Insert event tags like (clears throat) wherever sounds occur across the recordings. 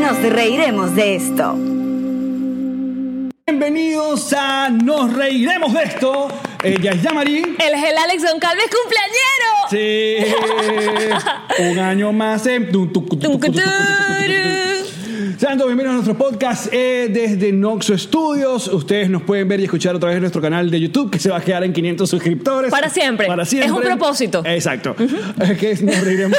Nos reiremos de esto. Bienvenidos a Nos Reiremos de Esto. Ella es Yamarín. El gel Alex Goncalves cumpleañero. (laughs) Sí. Un año más eh. en... Tucuturu. Santo, bienvenidos a nuestro podcast eh, desde Noxo Studios. Ustedes nos pueden ver y escuchar otra vez en nuestro canal de YouTube que se va a quedar en 500 suscriptores. Para siempre. Para siempre. Es un propósito. Exacto. Es que nos reiremos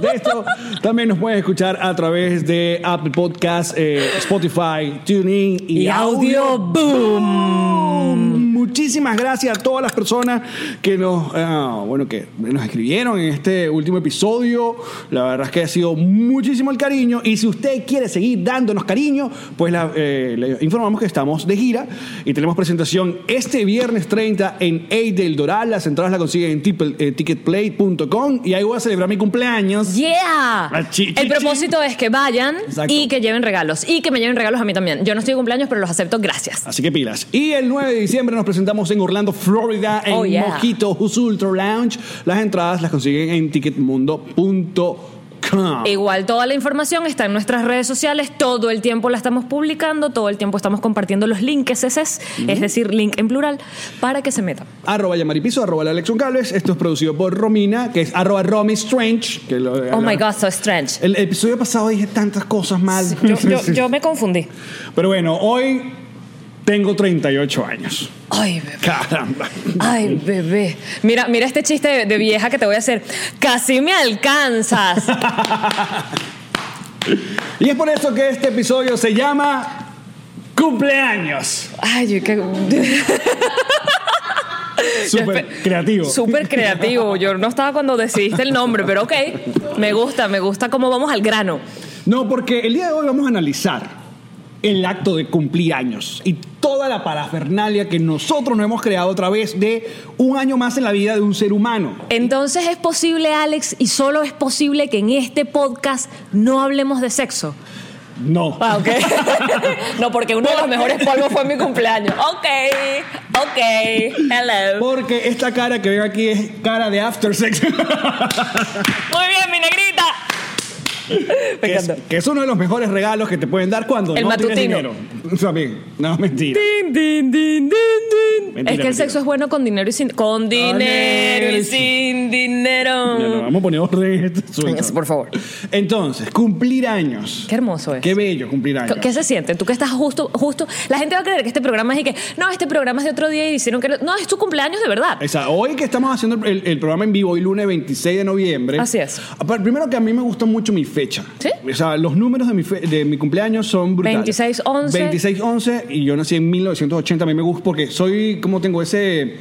de esto. También nos pueden escuchar a través de Apple Podcast, eh, Spotify, TuneIn y, Y Audio Boom. Muchísimas gracias a todas las personas que nos, ah, bueno, que nos escribieron en este último episodio. La verdad es que ha sido muchísimo el cariño. Y si usted quiere seguir dándonos cariño, pues la- eh, le informamos que estamos de gira y tenemos presentación este viernes 30 en Aid del Doral. Las entradas las consiguen en tipel- eh, ticketplay.com y ahí voy a celebrar mi cumpleaños. Yeah. Ah, chi, chi, El propósito es que vayan Exacto. y que lleven regalos. Y que me lleven regalos a mí también. Yo no estoy de cumpleaños, pero los acepto. Gracias. Así que pilas. Y el 9 de diciembre nos presentamos en Orlando, Florida, en Oh, yeah. Mojito Who's Ultra Lounge. Las entradas las consiguen en ticketmundo.com. Igual toda la información está en nuestras redes sociales, todo el tiempo la estamos publicando, todo el tiempo estamos compartiendo los links, es decir, link en plural, para que se metan. Arroba llamaripiso, arroba la Alexion Calves. Esto es producido por Romina, que es arroba Romy Strange. Que lo, Oh my God, so (laughs) strange. El episodio pasado dije tantas cosas mal. Yo, yo- yo me confundí. (laughs) Pero bueno, hoy tengo 38 años. Ay, bebé. Caramba. Ay, bebé. Mira, mira este chiste de, de vieja que te voy a hacer. Casi me alcanzas. Y es por eso que este episodio se llama Cumpleaños. Ay, qué. Súper creativo. Súper creativo. Yo no estaba cuando decidiste el nombre, pero ok. Me gusta, me gusta cómo vamos al grano. No, porque el día de hoy vamos a analizar el acto de cumplir años y toda la parafernalia que nosotros nos hemos creado a través de un año más en la vida de un ser humano. Entonces es posible, Alex, y solo es posible que en este podcast no hablemos de sexo. No. Ah, ok. (laughs) no, porque uno de los mejores polvos fue en mi cumpleaños. Ok, ok. Hello. Porque esta cara que ven aquí es cara de after sex. (laughs) Muy bien, mi negrita. Me que, es, encantó. que es uno de los mejores regalos que te pueden dar cuando El no tienes matutino. dinero. También. No, mentira. Din, din, din, din, din. Mentira, es que mentira. el sexo es bueno con dinero y sin con dinero y sin dinero. Ya no, vamos a poner orden en este asunto. Véngase, Mm. por favor. Entonces, cumplir años. Qué hermoso es. Qué bello cumplir años. ¿Qué- ¿Qué se siente? Tú que estás justo, justo. La gente va a creer que este programa es y que no, este programa es de otro día y hicieron que no, No, es tu cumpleaños de verdad. Esa, hoy que estamos haciendo el, el programa en vivo, hoy lunes 26 de noviembre. Así es. Apar- Primero que a mí me gusta mucho mi fecha. ¿Sí? O sea, los números de mi, fe- de mi cumpleaños son brutales. 26-11. 26-11 y yo nací en 1980. A mí me gusta porque soy, como tengo ese...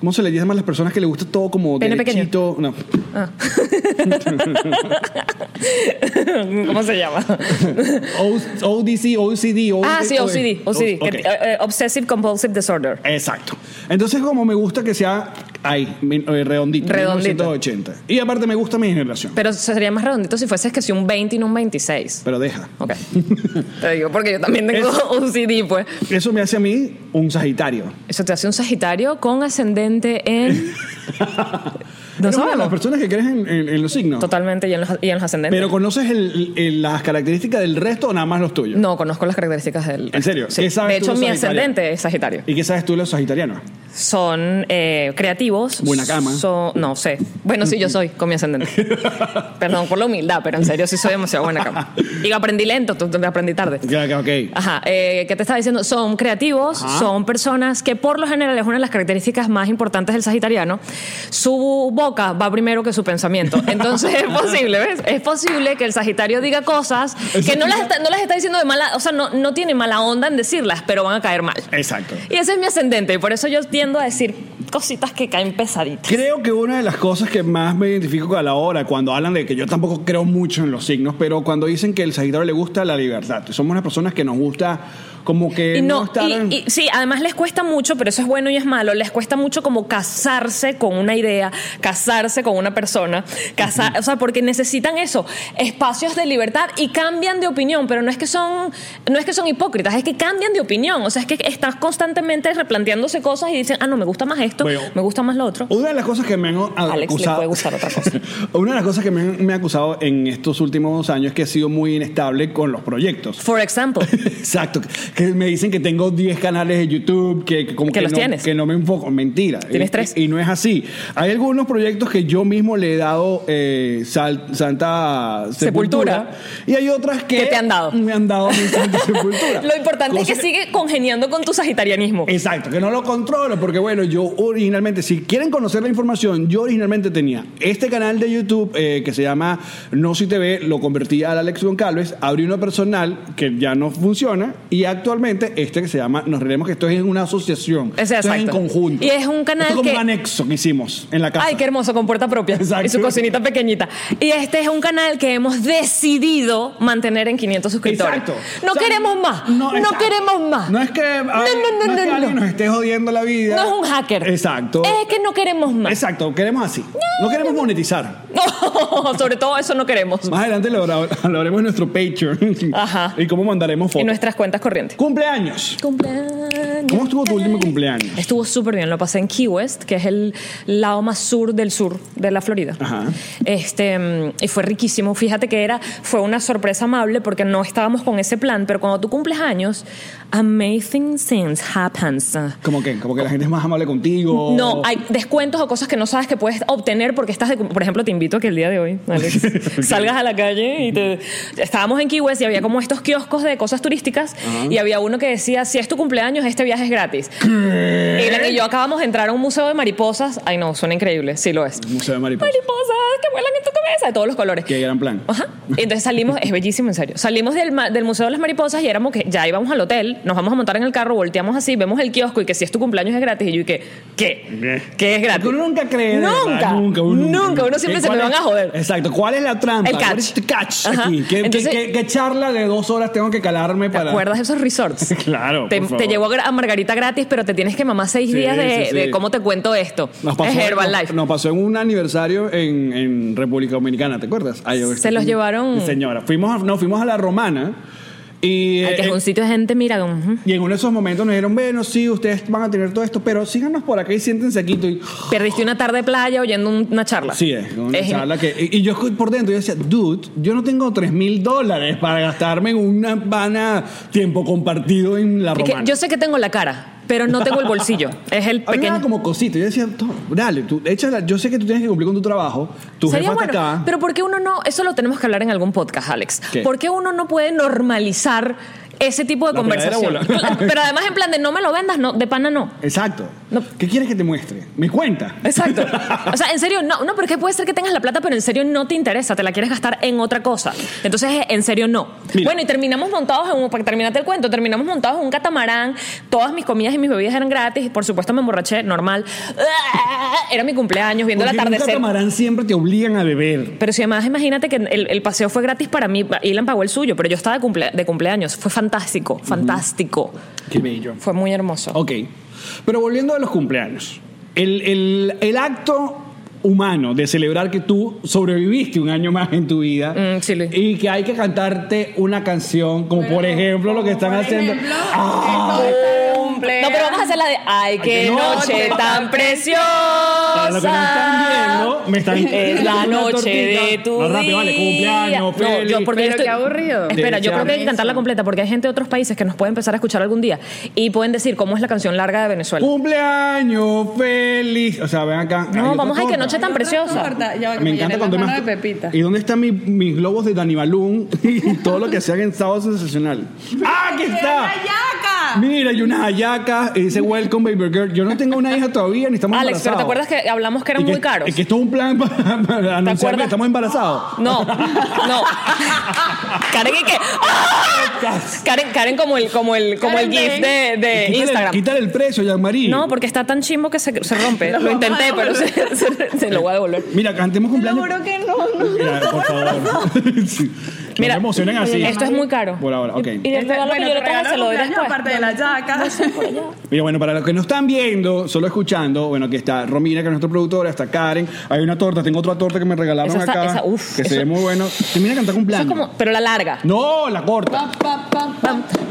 ¿Cómo se le dice a las personas que le gusta todo como Pene pequeño. derechito? No. (laughs) ¿Cómo (laughs) se llama? O- ODC, OCD, OCD. ah, sí, OCD. OCD que- Ok. eh, eh, Obsessive Compulsive Disorder. Exacto. Entonces, como me gusta que sea ahí, mi- eh, redondito, Redondito. 1980. Y aparte me gusta mi generación. Pero sería más redondito si fueses que si un 20 y no un 26. Pero deja. (laughs) Ok. Te digo, porque yo también tengo Eso- OCD, pues. Eso me hace a mí un sagitario. Eso te hace un Sagitario con ascendente (laughs) en. No Eres una de las sabemos. personas que crees en, en- en los signos. Totalmente, y en los, y en los ascendentes. Pero conoces el- el- las características del resto o nada más los tuyos. no conozco las características del. ¿En serio? Sí. ¿Qué sabes De tú hecho, de mi Sagitario? ascendente es Sagitario. ¿Y qué sabes tú de los sagitarianos? Son eh, creativos. Buena cama. son- no sé. Bueno, sí, yo soy con mi (laughs) ascendente. Perdón por la humildad, pero en serio, sí soy demasiado buena cama. Y aprendí lento, tú- tú- aprendí tarde. Ya, ok. Ajá, eh, ¿qué te estaba diciendo? Son creativos, Ajá. son personas que por lo general es una de las características más importantes del sagitariano. Su boca va primero que su pensamiento. Entonces es posible, ¿ves? Es posible que el sagitario diga cosas que no las, está, no las está diciendo de mala, o sea, no, no tiene mala onda en decirlas, pero van a caer mal. Exacto. Y ese es mi ascendente, y por eso yo tiendo a decir cositas que caen pesaditas. Creo que una de las cosas que más me identifico a la hora, cuando hablan de que yo tampoco creo mucho en los signos, pero cuando dicen que el Sagitario le gusta la libertad, somos unas personas que nos gusta como que Y no, no, estar en- y, y- sí, además les cuesta mucho, pero eso es bueno y es malo, les cuesta mucho como casarse con una idea, casarse con una persona, casar, o sea, porque necesitan eso, espacios de libertad y cambian de opinión, pero no es que son no es que son hipócritas, es que cambian de opinión, o sea, es que están constantemente replanteándose cosas y dicen, "Ah, no, me gusta más esto, Bueno. Oh. me gusta más lo otro." Una de las cosas que me han a- Alex le acusado. puede gustar otra cosa. (laughs) una de las cosas que me han, me han acusado en estos últimos años es que he sido muy inestable con los proyectos. For (laughs) example, Exacto. Que me dicen que tengo 10 canales de YouTube, que, que como Que los no, tienes. que no me enfoco. Mentira. Tienes Y- tres. Y, no es así. Hay algunos proyectos que yo mismo le he dado eh, sal- santa sepultura, Sepultura. Y hay otras que, Que te han dado. me han dado mi (laughs) santa sepultura. lo importante es Cosa que sigue congeniando con tu sagitarianismo. Exacto, que no lo controlo, porque bueno, yo originalmente, si quieren conocer la información, yo originalmente tenía este canal de YouTube eh, que se llama No Si TV, lo convertí a Alex Goncalves, abrí uno personal que ya no funciona, y actualmente este que se llama Nos Reiremos, que esto es en una asociación, Ese, esto es en exacto. conjunto. Y es un canal Esto es como que- un anexo que hicimos en la casa. Ay, qué hermoso, con puerta propia. Exacto. Y su cocinita pequeñita. Y este es un canal que hemos decidido mantener en 500 suscriptores. Exacto. No O sea, queremos más. No, exacto. queremos más. No es que, ah, No, no, no, no es que no, alguien no. nos esté jodiendo la vida. No es un hacker. Exacto. Es que no queremos más. Exacto, queremos así. no queremos monetizar. (laughs) No, sobre todo eso no queremos. Más adelante (laughs) lo habla- hablaremos de nuestro Patreon Ajá. (laughs) y cómo mandaremos Y fotos. nuestras cuentas corrientes. Cumpleaños. Cumpleaños. ¿Cómo estuvo tu último cumpleaños? Estuvo súper bien, lo pasé en Key West, que es el lado más sur del sur de la Florida. Ajá. Este, mm, y fue riquísimo. Fíjate que era, fue una sorpresa amable porque no estábamos con ese plan, pero cuando tú cumples años, amazing things happens. ¿Cómo que? ¿Como que la gente es más amable contigo? No, hay descuentos o cosas que no sabes que puedes obtener porque estás de cum- Por ejemplo, te invito a que el día de hoy, Alex, salgas a la calle y te... Estábamos en Key West y había como estos kioscos de cosas turísticas y había uno que decía, si es tu cumpleaños, este viaje es gratis. Y la que yo acabamos de entrar a un museo de mariposas. Ay, no, suena increíble. Sí lo es. Museo de mariposas. Mariposas que vuelan en tu cabeza de todos los colores. Qué gran plan. Ajá. Y Entonces salimos, es bellísimo, en serio. Salimos del, ma- del Museo de las Mariposas y éramos que ya íbamos al hotel, nos vamos a montar en el carro, volteamos así, vemos el kiosco y que si es tu cumpleaños es gratis. Y yo, y que, Eh. ¿qué? ¿Qué es gratis? Uno nunca cree. de verdad, Nunca. Nunca. Nunca. Uno siempre ¿Y se me cuál van es- a joder. Exacto. ¿Cuál es la trampa? El catch. ¿Cuál es el catch Ajá. aquí? ¿Qué, qué- Entonces- qué- qué charla de dos horas tengo que calarme ¿Te para...? acuerdas de esos resorts? (laughs) Claro, Te, por favor. te llevó a gra- a Margarita gratis, pero te tienes que mamar seis Sí, días de, sí, sí. de cómo te cuento esto. Nos pasó, es Herbalife. nos- nos pasó en un aniversario en, en República Dominicana, ¿te acuerdas? Ay, yo- Se los llevaron- Señora, fuimos, a- no, fuimos a la Romana y... Ay, que es eh, un sitio de gente, mira, con- ujú. Y en uno de esos momentos nos dijeron, bueno, sí, ustedes van a tener todo esto, pero síganos por acá y siéntense aquí. Y, perdiste una tarde de playa oyendo un- una charla. sí, es una Es- charla que... Y, y yo escu- por dentro, yo decía, dude, yo no tengo 3 mil dólares para gastarme en una vana tiempo compartido en la es que romana. yo sé que tengo la cara, pero no tengo el bolsillo. es el (laughs) A mí me daba pequeño. como cosito. Yo decía, "Tom, dale, tú, échala, yo sé que tú tienes que cumplir con tu trabajo, tu Sería jefa bueno, está acá. pero ¿por qué uno no? Eso lo tenemos que hablar en algún podcast, Alex. ¿Qué? ¿Por qué uno no puede normalizar ese tipo de La conversación? peladera bola. Pero además en plan de no me lo vendas, no, de pana no. Exacto. No. ¿Qué quieres que te muestre? Mi cuenta. Exacto. O sea, en serio, no, no, porque puede ser que tengas la plata, pero en serio no te interesa, te la quieres gastar en otra cosa. Entonces, en serio no. Mira. Bueno, y terminamos montados en un, para terminarte el cuento, terminamos montados en un catamarán, todas mis comidas y mis bebidas eran gratis, y por supuesto me emborraché, normal. Era mi cumpleaños, viendo el Porque en un atardecer. catamarán siempre te obligan a beber. Pero si además imagínate que el, el paseo fue gratis para mí, Ilan pagó el suyo, pero yo estaba de, cumplea- de cumpleaños. Fue fantástico, fantástico. Qué bello. Fue muy hermoso. Ok. Pero volviendo a los cumpleaños. El, el- el acto humano de celebrar que tú sobreviviste un año más en tu vida Mm, sí, Luis. y que hay que cantarte una canción como por ejemplo lo que están haciendo ¡Ah! No, pero vamos a hacer la de Ay, qué qué noche noche tan Para Ah, lo que no preciosa. están viendo, me están- Es la una noche de tortita. tu No, rápido, vale, día. cumpleaños, No, feliz. yo porque Pero yo estoy- qué aburrido. Espera, yo Deseable. creo que hay que cantarla completa porque hay gente de otros países que nos puede empezar a escuchar algún día y pueden decir cómo es la canción larga de Venezuela. Uh, cumpleaños feliz o sea ven acá hay No, otra vamos a que torta. noche tan preciosa. Ya va, que me llené encanta la cuando mano más de Pepita. ¿Y dónde están mi- mis globos de Dani Balún (laughs) y todo lo que se haga en sábado sensacional? ¡Ah, aquí está! Mira, hay unas eh, hallacas y dice Welcome Baby Girl. Yo no tengo una hija todavía, ni estamos Alex, pero ¿te acuerdas que hablamos que era Y muy caros? Es que esto es un un plan (laughs) para, para anunciar que acuerdas? estamos embarazados. No, eh, no. Karen y que. ¡Ah! Karen, Karen como el, como el, como el Karen GIF de, de Quítale- Instagram. Quítale el precio, Jean-Marie. No, porque está tan chimbo que se, se rompe. Lo intenté, pero se, se- se lo voy a devolver. Mira, cantemos cumpleaños. Seguro que no. no. Mira, por (laughs) favor. (laughs) Sí. Mira, no me emocionen así. Esto es muy caro. Ah, Por ahora, ok. Y Este, el regalo que yo le traje se lo doy después. Aparte de la yaca. Mira, bueno, para los que no están viendo, solo escuchando, bueno, aquí está Romina, que es nuestra productora, está Karen. Hay una torta, tengo otra torta que me regalaron Esa está- acá. esa- uf, que se eso- ve muy bueno. Termina de cantar Eso es cumpleaños. como, pero la larga. No, la corta. Pam,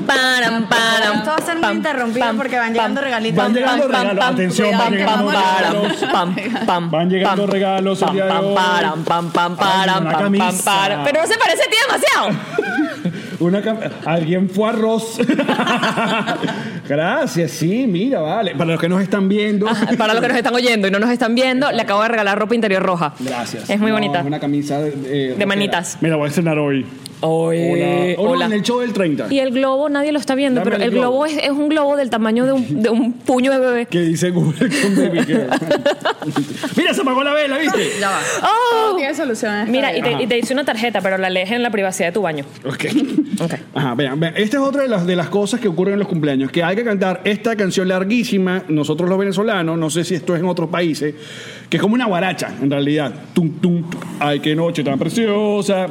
param, param, Esto va a ser muy pam, interrumpido pam, porque van pam, llegando regalitos. Van llegando regalos, atención, van llegando regalos. Pam, pam, Van llegando pam, regalos el pam, día de pam, hoy. param, pam, pam, param, una pam, pam, camisa. param. Pero no se parece a ti demasiado. (laughs) Una cam- Alguien fue arroz. (laughs) Gracias, sí, mira, vale. Para los que nos están viendo. Ajá, Ah, (laughs) Para los que nos están oyendo y no nos están viendo, le acabo de regalar ropa interior roja. Gracias. Es muy No, bonita. es una camisa eh, rockera. manitas. Me la voy a estrenar hoy. Oye, Hola. Hola. hola. En el show del 30. Y el globo nadie lo está viendo, Dame pero el el globo, globo. es, es un globo del tamaño de un, de un puño (laughs) de bebé. Que dice Google con Baby (laughs) Girl. Mira, se apagó la vela, ¿viste? Ya va. ¡Oh! Tiene soluciones. (laughs) Mira, y te, y te hice una tarjeta, pero la lees en la privacidad de tu baño. Ok. Ok. Ajá, vean, vean. Esta es otra de las, de las cosas que ocurren en los cumpleaños, que hay que cantar esta canción larguísima, nosotros los venezolanos, no sé si esto es en otros países, que es como una guaracha, en realidad. Tum, tum, tum. ay, qué noche tan preciosa.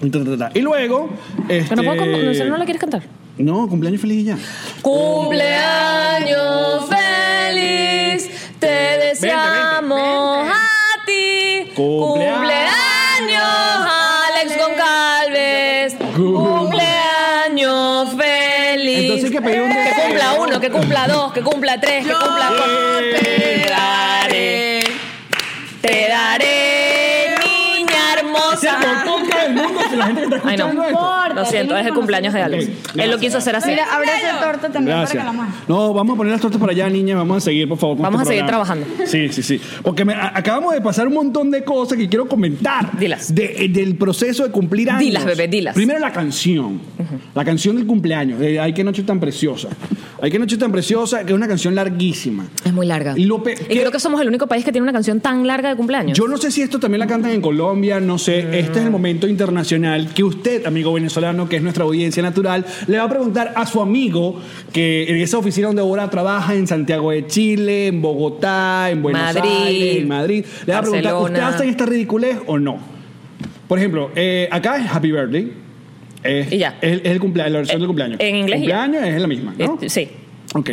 Ta, ta, ta. Y luego... Este... Pero no, puedo como- no sé, ¿no la quieres cantar? No, cumpleaños feliz y ya. Cumpleaños feliz, te deseamos a ti. Cumpleaños. Alex Goncalves. Cumpleaños feliz. Entonces hay que pedir un Que deseo. cumpla uno, que cumpla dos, que cumpla tres, que cumpla cuatro. Te daré, te daré, niña Se hermosa. cortó el del mundo si la gente que está Ah. Ay, no. escuchando esto. Lo siento, es el cumpleaños de Alex. Ok, Él lo gracias. quiso hacer así. Mira, abre esa torta también Gracias. para que la más. No, vamos a poner las tortas para allá, niña. Vamos a seguir, por favor. con Vamos este a seguir programa. trabajando. Sí, sí, sí. Porque me- a- acabamos de pasar un montón de cosas que quiero comentar. Dilas. De- eh, del proceso de cumplir años. Dilas, bebé, dilas. Primero la canción. La canción del cumpleaños. de Ay, qué noche tan preciosa. Ay, qué noche tan preciosa, que es una canción larguísima. Es muy larga. Y lo pe- y creo que somos el único país que tiene una canción tan larga de cumpleaños. Yo no sé si esto también la cantan en Colombia, no sé. Mm. Este es el momento internacional que usted, amigo venezolano, que es nuestra audiencia natural, le va a preguntar a su amigo que en esa oficina donde ahora trabaja, en Santiago de Chile, en Bogotá, en Buenos Madrid, Aires, en Madrid, le va a preguntar, ¿usted Barcelona. hace esta ridiculez o no? Por ejemplo, eh, acá es Happy Birthday. Es, Y ya. Es, el- es el cumpleaños, la versión Eh, del cumpleaños. en inglés y ya. Cumpleaños es la misma, ¿no? Eh, sí. Ok.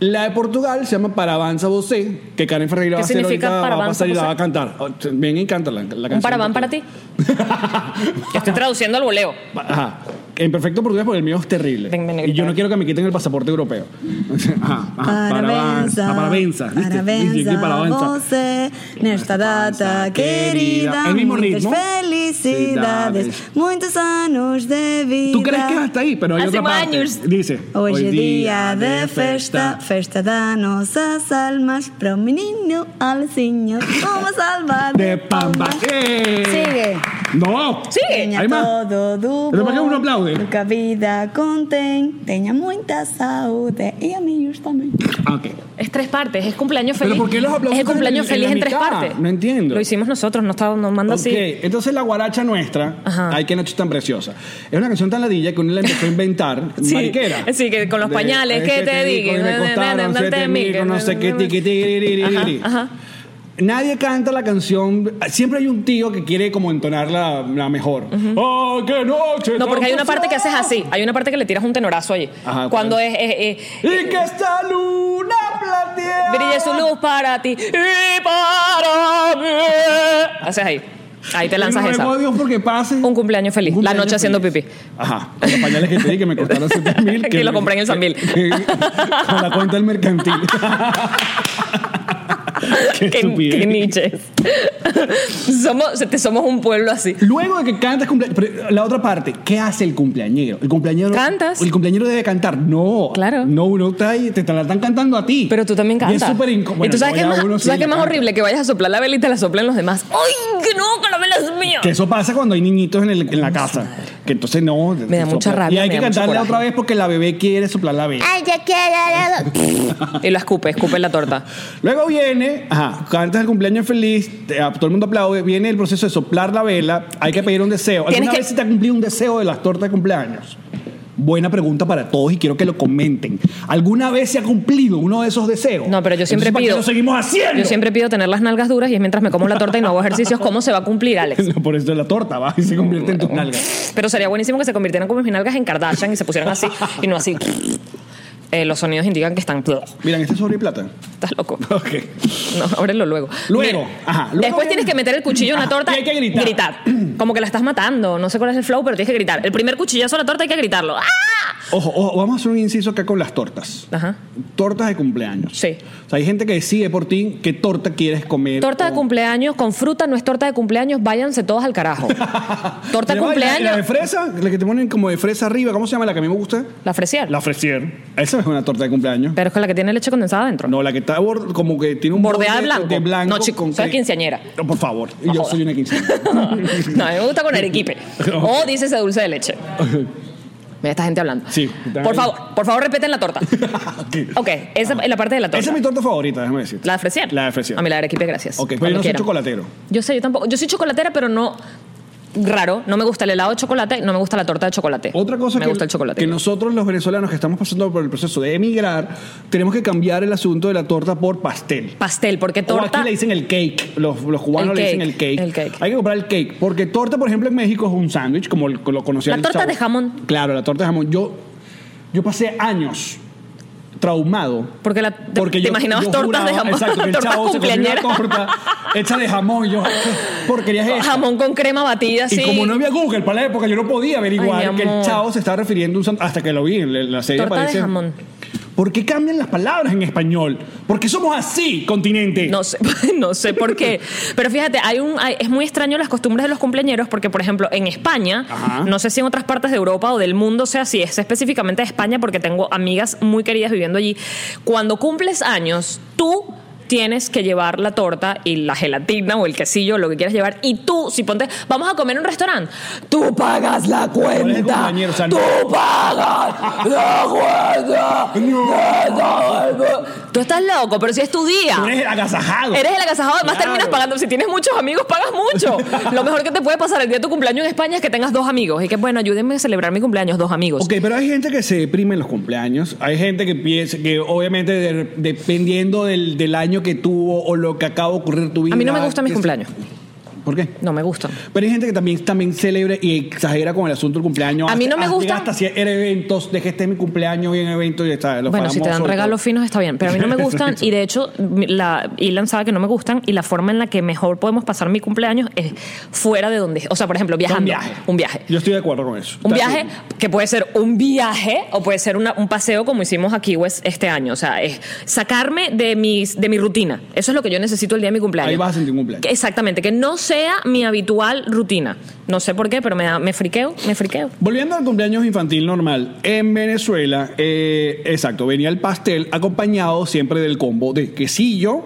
La de Portugal se llama Paravanza Você, que Karen Ferreira va a ¿Qué hacer significa ahorita, va a Paravanza pasar y la Você? va a cantar. Oh, Ven y canta la, la canción. Un parabán para ti. (laughs) Estoy traduciendo al voleo. Ajá. En perfecto portugués porque el mío es terrible. Ven, ven, y yo no ven. quiero que me quiten el pasaporte europeo. (laughs) Ajá, ajá. Parabenza, Ah, Parabenza. ¿viste? Dije, parabenza. você nesta data querida. El mismo muitas ritmo. felicidades, Felicidades. muitos años de vida. ¿Tú crees que hasta ahí? Pero hay Hace otra parte. años. Dice. Hoje é dia de festa, festa das nossas almas, para o menino Alcinho, uma salva De Pamba. ¡Eh! Sigue. No. Sigue. Tenha Hay más. todo do Pero ¿para qué uno aplaude? do que a vida contém, tenha muita saúde e amigos também. Ah, ok. Es tres partes. Es cumpleaños Pero feliz. ¿por qué los aplausos es el cumpleaños están en- en feliz la en, tres mitad? partes. No entiendo. Lo hicimos nosotros, no está, nos manda Ok, así. entonces la guaracha nuestra, Ajá. ay qué noche tan preciosa. Es una canción tan ladilla que uno la empezó a inventar, (laughs) Sí, mariquera. sí, que con los pañales, ay, que te di, digan, y me na, na, na, costaron na, siete te mil, con no sé qué, migan, tiqui, tiqui, tiqui, tiqui. Nadie canta la canción, siempre hay un tío que quiere como entonarla la mejor. Ay, qué noche No, tan porque hay una parte que haces preciosa. así. Hay una parte que le tiras un tenorazo allí. Ajá, Cuando ¿cuál? es. es- es- Y que esta luna plateada. brille su luz para ti y para mí. Haces ahí. Ahí te lanzas Y esa. ruego a Dios porque pase Un cumpleaños feliz. Un la cumpleaños noche haciendo feliz. pipí. Ajá, con los pañales que te di que me (laughs) costaron 7 mil. Que lo compré en el San Bill. Con la cuenta del (laughs) mercantil. Qué Qué, estupidez. qué niches. (laughs) somos, te- somos un pueblo así. Luego de que cantas cumplea- pero la otra parte, ¿qué hace el cumpleañero? El cumpleañero Cantas. El cumpleañero debe cantar. No. Claro. No, uno está ahí, te, te la están cantando a ti. Pero tú también Y cantas. es súper incómodo. ¿Y tú sabes qué es que más, tú sabes qué es más horrible? Que vayas a soplar la vela y te la soplen los demás. ¡Ay, que no, que la vela es mía! Que eso pasa cuando hay niñitos en, el- en la casa. Que entonces no. Me da mucha Y rabia, hay me que da mucho cantarla coraje. otra vez porque la bebé quiere soplar la vela. Ay, ya quiero. Y lo escupe, escupe la torta. Luego viene, ajá, cantas el cumpleaños feliz, te- a- todo el mundo aplaude, viene el proceso de soplar la vela, hay que pedir un deseo. Tienes ¿Alguna que- vez se te ha cumplido un deseo de las tortas de cumpleaños? Buena pregunta para todos y quiero que lo comenten. ¿Alguna vez se ha cumplido uno de esos deseos? No, pero yo siempre Entonces, ¿para qué pido- lo seguimos haciendo? Yo siempre pido tener las nalgas duras y es mientras me como la torta y no hago ejercicios. ¿Cómo se va a cumplir, Alex? (laughs) No, por eso es la torta, va, y se convierte en tus nalgas. Pero sería buenísimo que se convirtieran como mis nalgas en Kardashian y se pusieran así y no así. Eh, los sonidos indican que están. (laughs) Estás Miren, este es sobre (laughs) plata. loco. Ok. (laughs) No, ábrelo luego. Luego, ajá, luego después viene- tienes que meter el cuchillo en la Ajá, torta. y hay que gritar. (clears throat) Como que la estás matando. No sé cuál es el flow, pero tienes que gritar. El primer cuchillazo a la torta hay que gritarlo. ¡Ah! Ojo, ojo, vamos a hacer un inciso acá con las tortas. Ajá. Tortas de cumpleaños. Sí. O sea, hay gente que decide por ti qué torta quieres comer. Torta de o- cumpleaños con fruta no es torta de cumpleaños, váyanse todos (laughs) al carajo. torta de Ya va, y la- y La, de cumpleaños, fresa, la que te ponen como de fresa arriba, ¿cómo se llama la que a mí me gusta? la fresier. fresier. Esa es una torta de cumpleaños. Pero es con la que tiene leche condensada adentro. No, la que está bor- como que tiene un Bordeada borde de blanco. de blanco. No, chico, con soy cre- quinceañera. No, por favor, yo jodas. soy una quinceañera. (laughs) (laughs) no, a mí me gusta (laughs) con arequipe. O dice ese dulce de leche. Mira esta gente hablando. Sí. Por favor, por favor, respeten (laughs) la torta. Ok. Ok, esa es la parte de la torta. Esa es mi torta favorita, déjame decirte. ¿La de fresier? La de fresier. A mí la de arequipe, gracias. Ok, pero Cuando yo no soy quieran. chocolatero. Yo sé, yo tampoco. Yo soy chocolatera, pero no... Raro. No me gusta el helado de chocolate, no me gusta la torta de chocolate. Otra cosa me que, gusta el chocolate. que nosotros los venezolanos que estamos pasando por el proceso de emigrar, tenemos que cambiar el asunto de la torta por pastel. Pastel, porque O torta... aquí le dicen el cake. Los, los cubanos le El dicen el cake, cake. el cake. Hay que comprar el cake. Porque torta, por ejemplo, en México es un sándwich, como el- lo conocían. La el torta chavo. de jamón. Claro, la torta de jamón. Yo, yo pasé años traumado. Porque, la, te, Porque te yo, imaginabas yo tortas de juraba, jamón, Exacto, que (laughs) el tortas chavo se comió una cumpleañeras, torta hecha de jamón. Y yo, ¿qué porquería es esta? jamón con crema batida, Y así. como no había Google para la época, yo no podía averiguar mi que el amor. chavo se estaba refiriendo a un sándwich. Hasta que lo vi en la- en la serie. Torta de aparece. jamón. ¿Por qué cambian las palabras en español? Porque somos así, continente. No sé, (laughs) no sé por qué. Pero fíjate, hay un, hay- es muy extraño las costumbres de los cumpleañeros porque, por ejemplo, en España, Ajá. no sé si en otras partes de Europa o del mundo sea así, es específicamente de España porque tengo amigas muy queridas viviendo allí. Cuando cumples años, tú tienes que llevar la torta y la gelatina o el quesillo, lo que quieras llevar. Y tú, si ponte, vamos a comer en un restaurante, tú pagas la ¿Cuál es el cuenta. cumpleañero? O sea, tú no. pagas la (laughs) cuenta. Tú estás loco, pero si es tu día. Tú eres agasajado. Eres el agasajado, además Claro. terminas pagando. Si tienes muchos amigos, pagas (laughs) mucho. Lo mejor que te puede pasar el día de tu cumpleaños en España es que tengas dos amigos. Y que, bueno, ayúdenme a celebrar mi cumpleaños, dos amigos. Ok, pero hay gente que se deprime en los cumpleaños. Hay gente que piensa que, obviamente, de- dependiendo del, del año que tuvo o lo que acaba de ocurrir en tu vida. A mí no me gustan mis que- cumpleaños. ¿Por qué? No me gustan. Pero hay gente que también, también celebra y exagera con el asunto del cumpleaños. A mí no me gusta. gustan- Hasta si era eventos, de que esté mi cumpleaños y en eventos y está. los Bueno, si te famosos dan y regalos todo. finos está bien, pero a mí no me (laughs) gustan y de hecho mi- la Ilan sabe que no me gustan y la forma en la que mejor podemos pasar mi cumpleaños es fuera de donde, o sea, por ejemplo, viajando, Un viaje. un viaje. Yo estoy de acuerdo con eso. Un Está viaje bien. que puede ser un viaje o puede ser una- un paseo como hicimos aquí pues, este año. O sea, es sacarme de, mis, de mi rutina. Eso es lo que yo necesito el día de mi cumpleaños. Ahí vas a sentir un cumpleaños. Que- Exactamente, que no sea mi habitual rutina. No sé por qué, pero me, da- me friqueo, me friqueo. Volviendo al cumpleaños infantil normal, en Venezuela, eh, exacto, venía el pastel acompañado siempre del combo de quesillo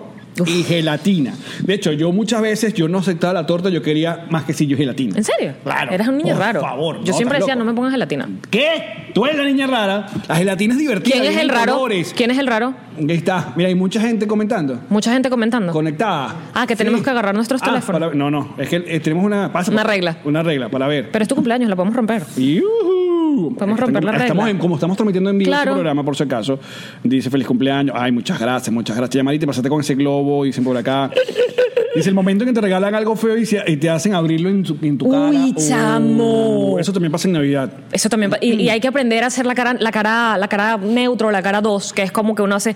y gelatina. De hecho, yo muchas veces yo no aceptaba la torta, yo quería más quesillo y gelatina. ¿En serio? Claro. Eras un niño Por raro. favor, yo no, siempre estás decía, loco. no me pongas gelatina. ¿Qué? Tú eres la niña rara. La gelatina es divertida. ¿Quién es viene el en raro? colores. ¿Quién es el raro? Ahí está. Mira, hay mucha gente comentando. Mucha gente comentando. Conectada. Ah, que tenemos que agarrar nuestros teléfonos. para- no, no. Es que eh, tenemos una. pasa- Una regla. Una regla para ver. Pero es tu cumpleaños, la podemos romper. Yujú. Podemos romper la regla. Estamos en- como estamos transmitiendo en vivo Claro. este programa, por si acaso, dice feliz cumpleaños. Ay, muchas gracias, muchas gracias. Yamarita, pasaste con ese globo, dicen por acá. Dice el momento en que te regalan algo feo y, se- y te hacen abrirlo en, su- en tu Uy, cara. Uh, chamo. eso también pasa en Navidad. Eso también. pa- Y, y hay que aprender a hacer la cara, la cara, la cara neutro, la cara 2, que es como que uno hace.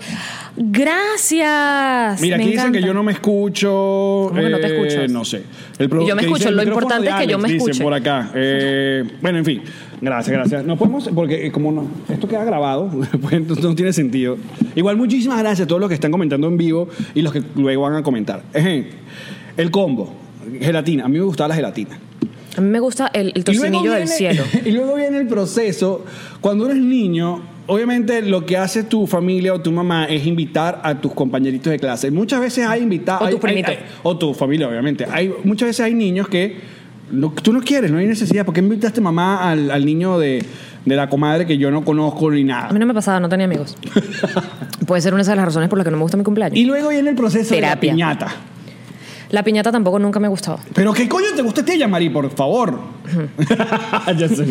Gracias. Mira, me aquí dicen encanta". que yo no me escucho. eh, que no te escuchas? No sé. El produ- Yo me que dice escucho, el lo micrófono importante de es que yo Alex, me dicen escuche. por (laughs) acá. Eh, bueno, en fin. Gracias, gracias. No podemos, porque eh, como no- esto queda grabado, (laughs) pues entonces no tiene sentido. Igual, muchísimas gracias a todos los que están comentando en vivo y los que luego van a comentar. Ejé, El combo, gelatina. A mí me gustaba la gelatina. A mí me gusta el, el Y luego tocinillo del viene- cielo. (laughs) Y luego viene el proceso. Cuando eres niño, obviamente lo que hace tu familia o tu mamá es invitar a tus compañeritos de clase. Muchas veces hay invitados. O tu primito. o tu familia, obviamente. Hay, muchas veces hay niños que No, tú no quieres, no hay necesidad. ¿Por qué invitaste mamá al, al niño de, de la comadre que yo no conozco ni A nada? mí no me pasaba, no (laughs) tenía amigos. Puede ser una de las razones por las que no me gusta mi cumpleaños. Y luego viene el proceso Terapia. de la piñata. La piñata tampoco nunca (laughs) me gustaba. ¿Pero qué coño te gusta a ti, Yamari? Por favor. (laughs) ya sé.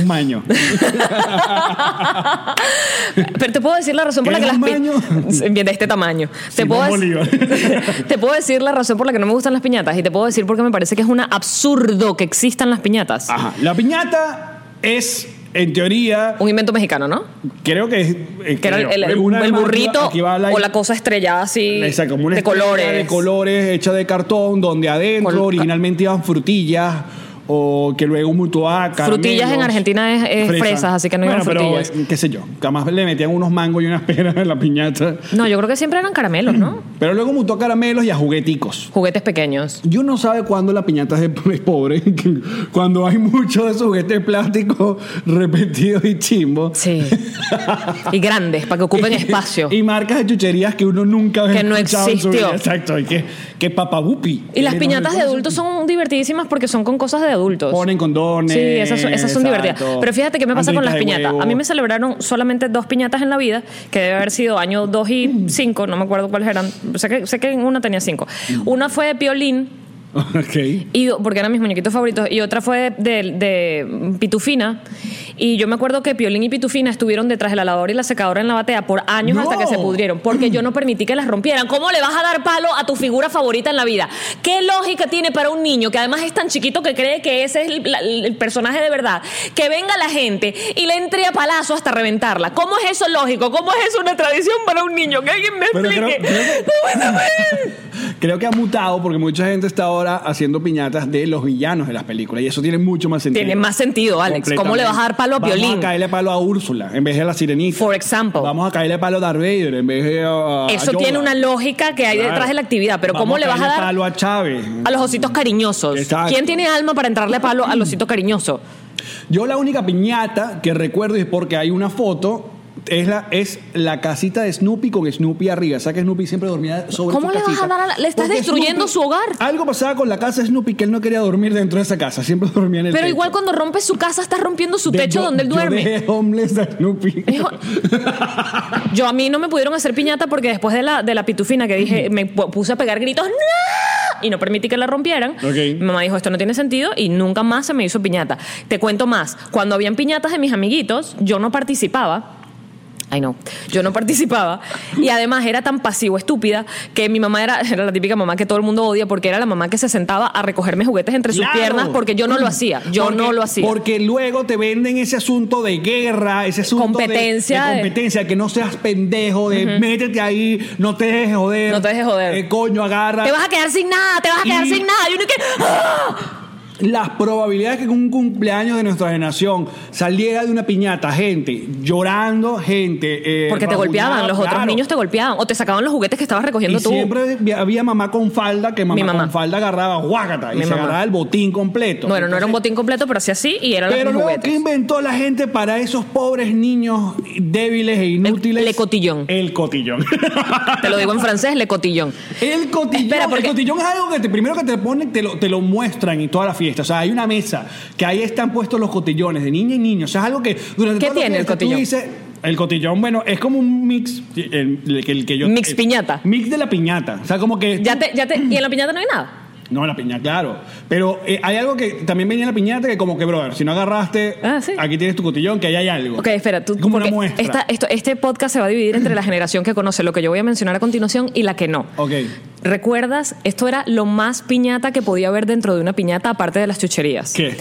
Un maño. Pero te puedo decir la razón por la que ¿Qué es las un piñatas. De este tamaño. Te Simón puedo, dec- Bolívar. (laughs) te puedo decir la razón por la que no me gustan las piñatas y te puedo decir porque me parece que es un absurdo que existan las piñatas. Ajá. La piñata es, en teoría, Un invento mexicano, ¿no? creo que es. es- Que era el, creo, el- una el armatura, burrito aquí va la- o la cosa estrellada así Exacto, como una de estrella colores. De colores hecha de cartón, donde adentro Col- originalmente iban frutillas o que luego mutuaca. Frutillas en Argentina es- es fresas, así que no bueno, iban frutillas. Pero, eh, qué sé yo, que además le metían unos mangos y unas peras en la piñata. No, yo creo que siempre eran caramelos, ¿no? Pero luego mutó a caramelos y a jugueticos. (clears throat) Juguetes pequeños. Yo no sabe cuándo la piñata es de- (laughs) es pobre, cuando hay muchos de esos juguetes plásticos (laughs) repetidos y chimbos. Sí. (laughs) y grandes, para que ocupen espacio. (laughs) Y marcas de chucherías que uno nunca había Que no escuchado en su vida. existió. Exacto, y que, que papabupi. Y las Eh, no, piñatas de ¿cómo se- adultos son divertidísimas porque son con cosas de adultos. Ponen condones. Sí, esas son, esas son divertidas. exacto. Pero fíjate qué me pasa con las Antenitas de piñatas. huevo. A mí me celebraron solamente dos piñatas en la vida, que debe haber sido año 2 y 5, no me acuerdo cuáles eran. Sé que, sé que en una tenía 5. Mm. Una fue de piolín, (laughs) Ok. y, porque eran mis muñequitos favoritos, y otra fue de, de- de Pitufina. Y yo me acuerdo que Piolín y Pitufina estuvieron detrás de la lavadora y la secadora en la batea por años No. hasta que se pudrieron, porque yo no permití que las rompieran. ¿Cómo le vas a dar palo a tu figura favorita en la vida? ¿Qué lógica tiene para un niño que además es tan chiquito que cree que ese es el, la- el personaje de verdad? Que venga la gente y le entre a palazo hasta reventarla. ¿Cómo es eso lógico? ¿Cómo es eso una tradición para un niño? Que alguien me Pero creo- explique. creo (laughs) Creo que ha mutado porque mucha gente está ahora haciendo piñatas de los villanos de las películas y eso tiene mucho más sentido. Tiene más sentido, Alex. ¿Cómo le vas a dar palo a Vamos Piolín? a caerle palo a Úrsula en vez de a la sirenita. For example. Vamos a caerle palo a Darth Vader en vez de a. a Eso Yoda. tiene una lógica que hay Claro. detrás de la actividad, pero Vamos ¿cómo le vas a caerle dar palo a Chávez? a los ositos cariñosos? Exacto. ¿Quién tiene alma para entrarle palo al osito cariñoso? Yo la única piñata que recuerdo y es porque hay una foto. Es la, es la casita de Snoopy con Snoopy arriba. O sea que Snoopy siempre dormía sobre ¿Cómo su le vas a casita. dar a la- le estás destruyendo su hogar? Algo pasaba con la casa de Snoopy que él no quería dormir dentro de esa casa. Siempre dormía en el Pero techo. igual cuando rompes su casa estás rompiendo su De- techo yo- donde él duerme. Yo dejé homeless a Snoopy. Hijo- (laughs) Yo a mí no me pudieron hacer piñata porque después de la, de la pitufina que dije, me pu- puse a pegar gritos ¡No! y no permití que la rompieran. Ok. Mi mamá dijo, esto no tiene sentido y nunca más se me hizo piñata. Te cuento más, cuando habían piñatas de mis amiguitos, yo no participaba. Ay, no. Yo no participaba. Y además era tan pasivo, estúpida, que mi mamá era, era la típica mamá que todo el mundo odia porque era la mamá que se sentaba a recogerme juguetes entre sus Claro. Mm. piernas porque yo no lo hacía. Yo Porque- no lo hacía. Porque luego te venden ese asunto de guerra, ese asunto de- Competencia, De, de- competencia, que no seas pendejo, de métete ahí, no te dejes joder. No te dejes joder. Eh, coño, agarra. Te vas a quedar sin nada, te vas a quedar Y- sin nada. Y uno que... "Ah", Las probabilidades que con un cumpleaños de nuestra generación saliera de una piñata, gente llorando, gente. eh, Porque te rajuñada, golpeaban, los otros claro. niños te golpeaban o te sacaban los juguetes que estabas recogiendo y tú. siempre vi- había mamá con falda que mamá, Mi mamá. con falda agarraba guácata y Mi se mamá. agarraba el botín completo. Bueno, no era un Entonces, botín completo, pero hacía así y eran Pero los luego, juguetes. ¿qué inventó la gente para esos pobres niños débiles e inútiles? le cotillón. El cotillón. Te lo digo en francés, le cotillón. (laughs) El cotillón, Espera, el porque- cotillón es algo que te, primero que te ponen, te lo, te lo muestran en toda la fiesta. O sea, hay una mesa que ahí están puestos los cotillones de niña y niño. O sea, es algo que durante ¿Qué toda la tiene el fiesta tú cotillón? dices, el cotillón, bueno, es como un mix. El, el que- el que yo, Mix el- piñata. Mix de la piñata. O sea, como que. Ya te, ya te, y en la piñata no hay nada. No, la piñata, claro. Pero eh, hay algo que también venía en la piñata que, como que, brother, si no agarraste, Ah, sí. aquí tienes tu cotillón, que ahí hay algo. Ok, espera, tú. Como una porque muestra. esta- esto- este podcast se va a dividir entre la generación que conoce lo que yo voy a mencionar a continuación y la que no. Ok. ¿Recuerdas? Esto era lo más piñata que podía haber dentro de una piñata, aparte de las chucherías. ¿Qué?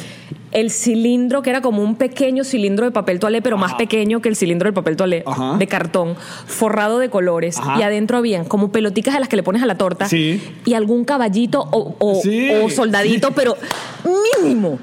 El cilindro, que era como un pequeño cilindro de papel toalé, pero más pequeño que el cilindro del papel toalé, Ajá. de cartón, forrado de colores. Ajá. Y adentro habían como peloticas de las que le pones a la torta. Sí. Y algún caballito o, o- Sí. o soldadito, pero mínimo.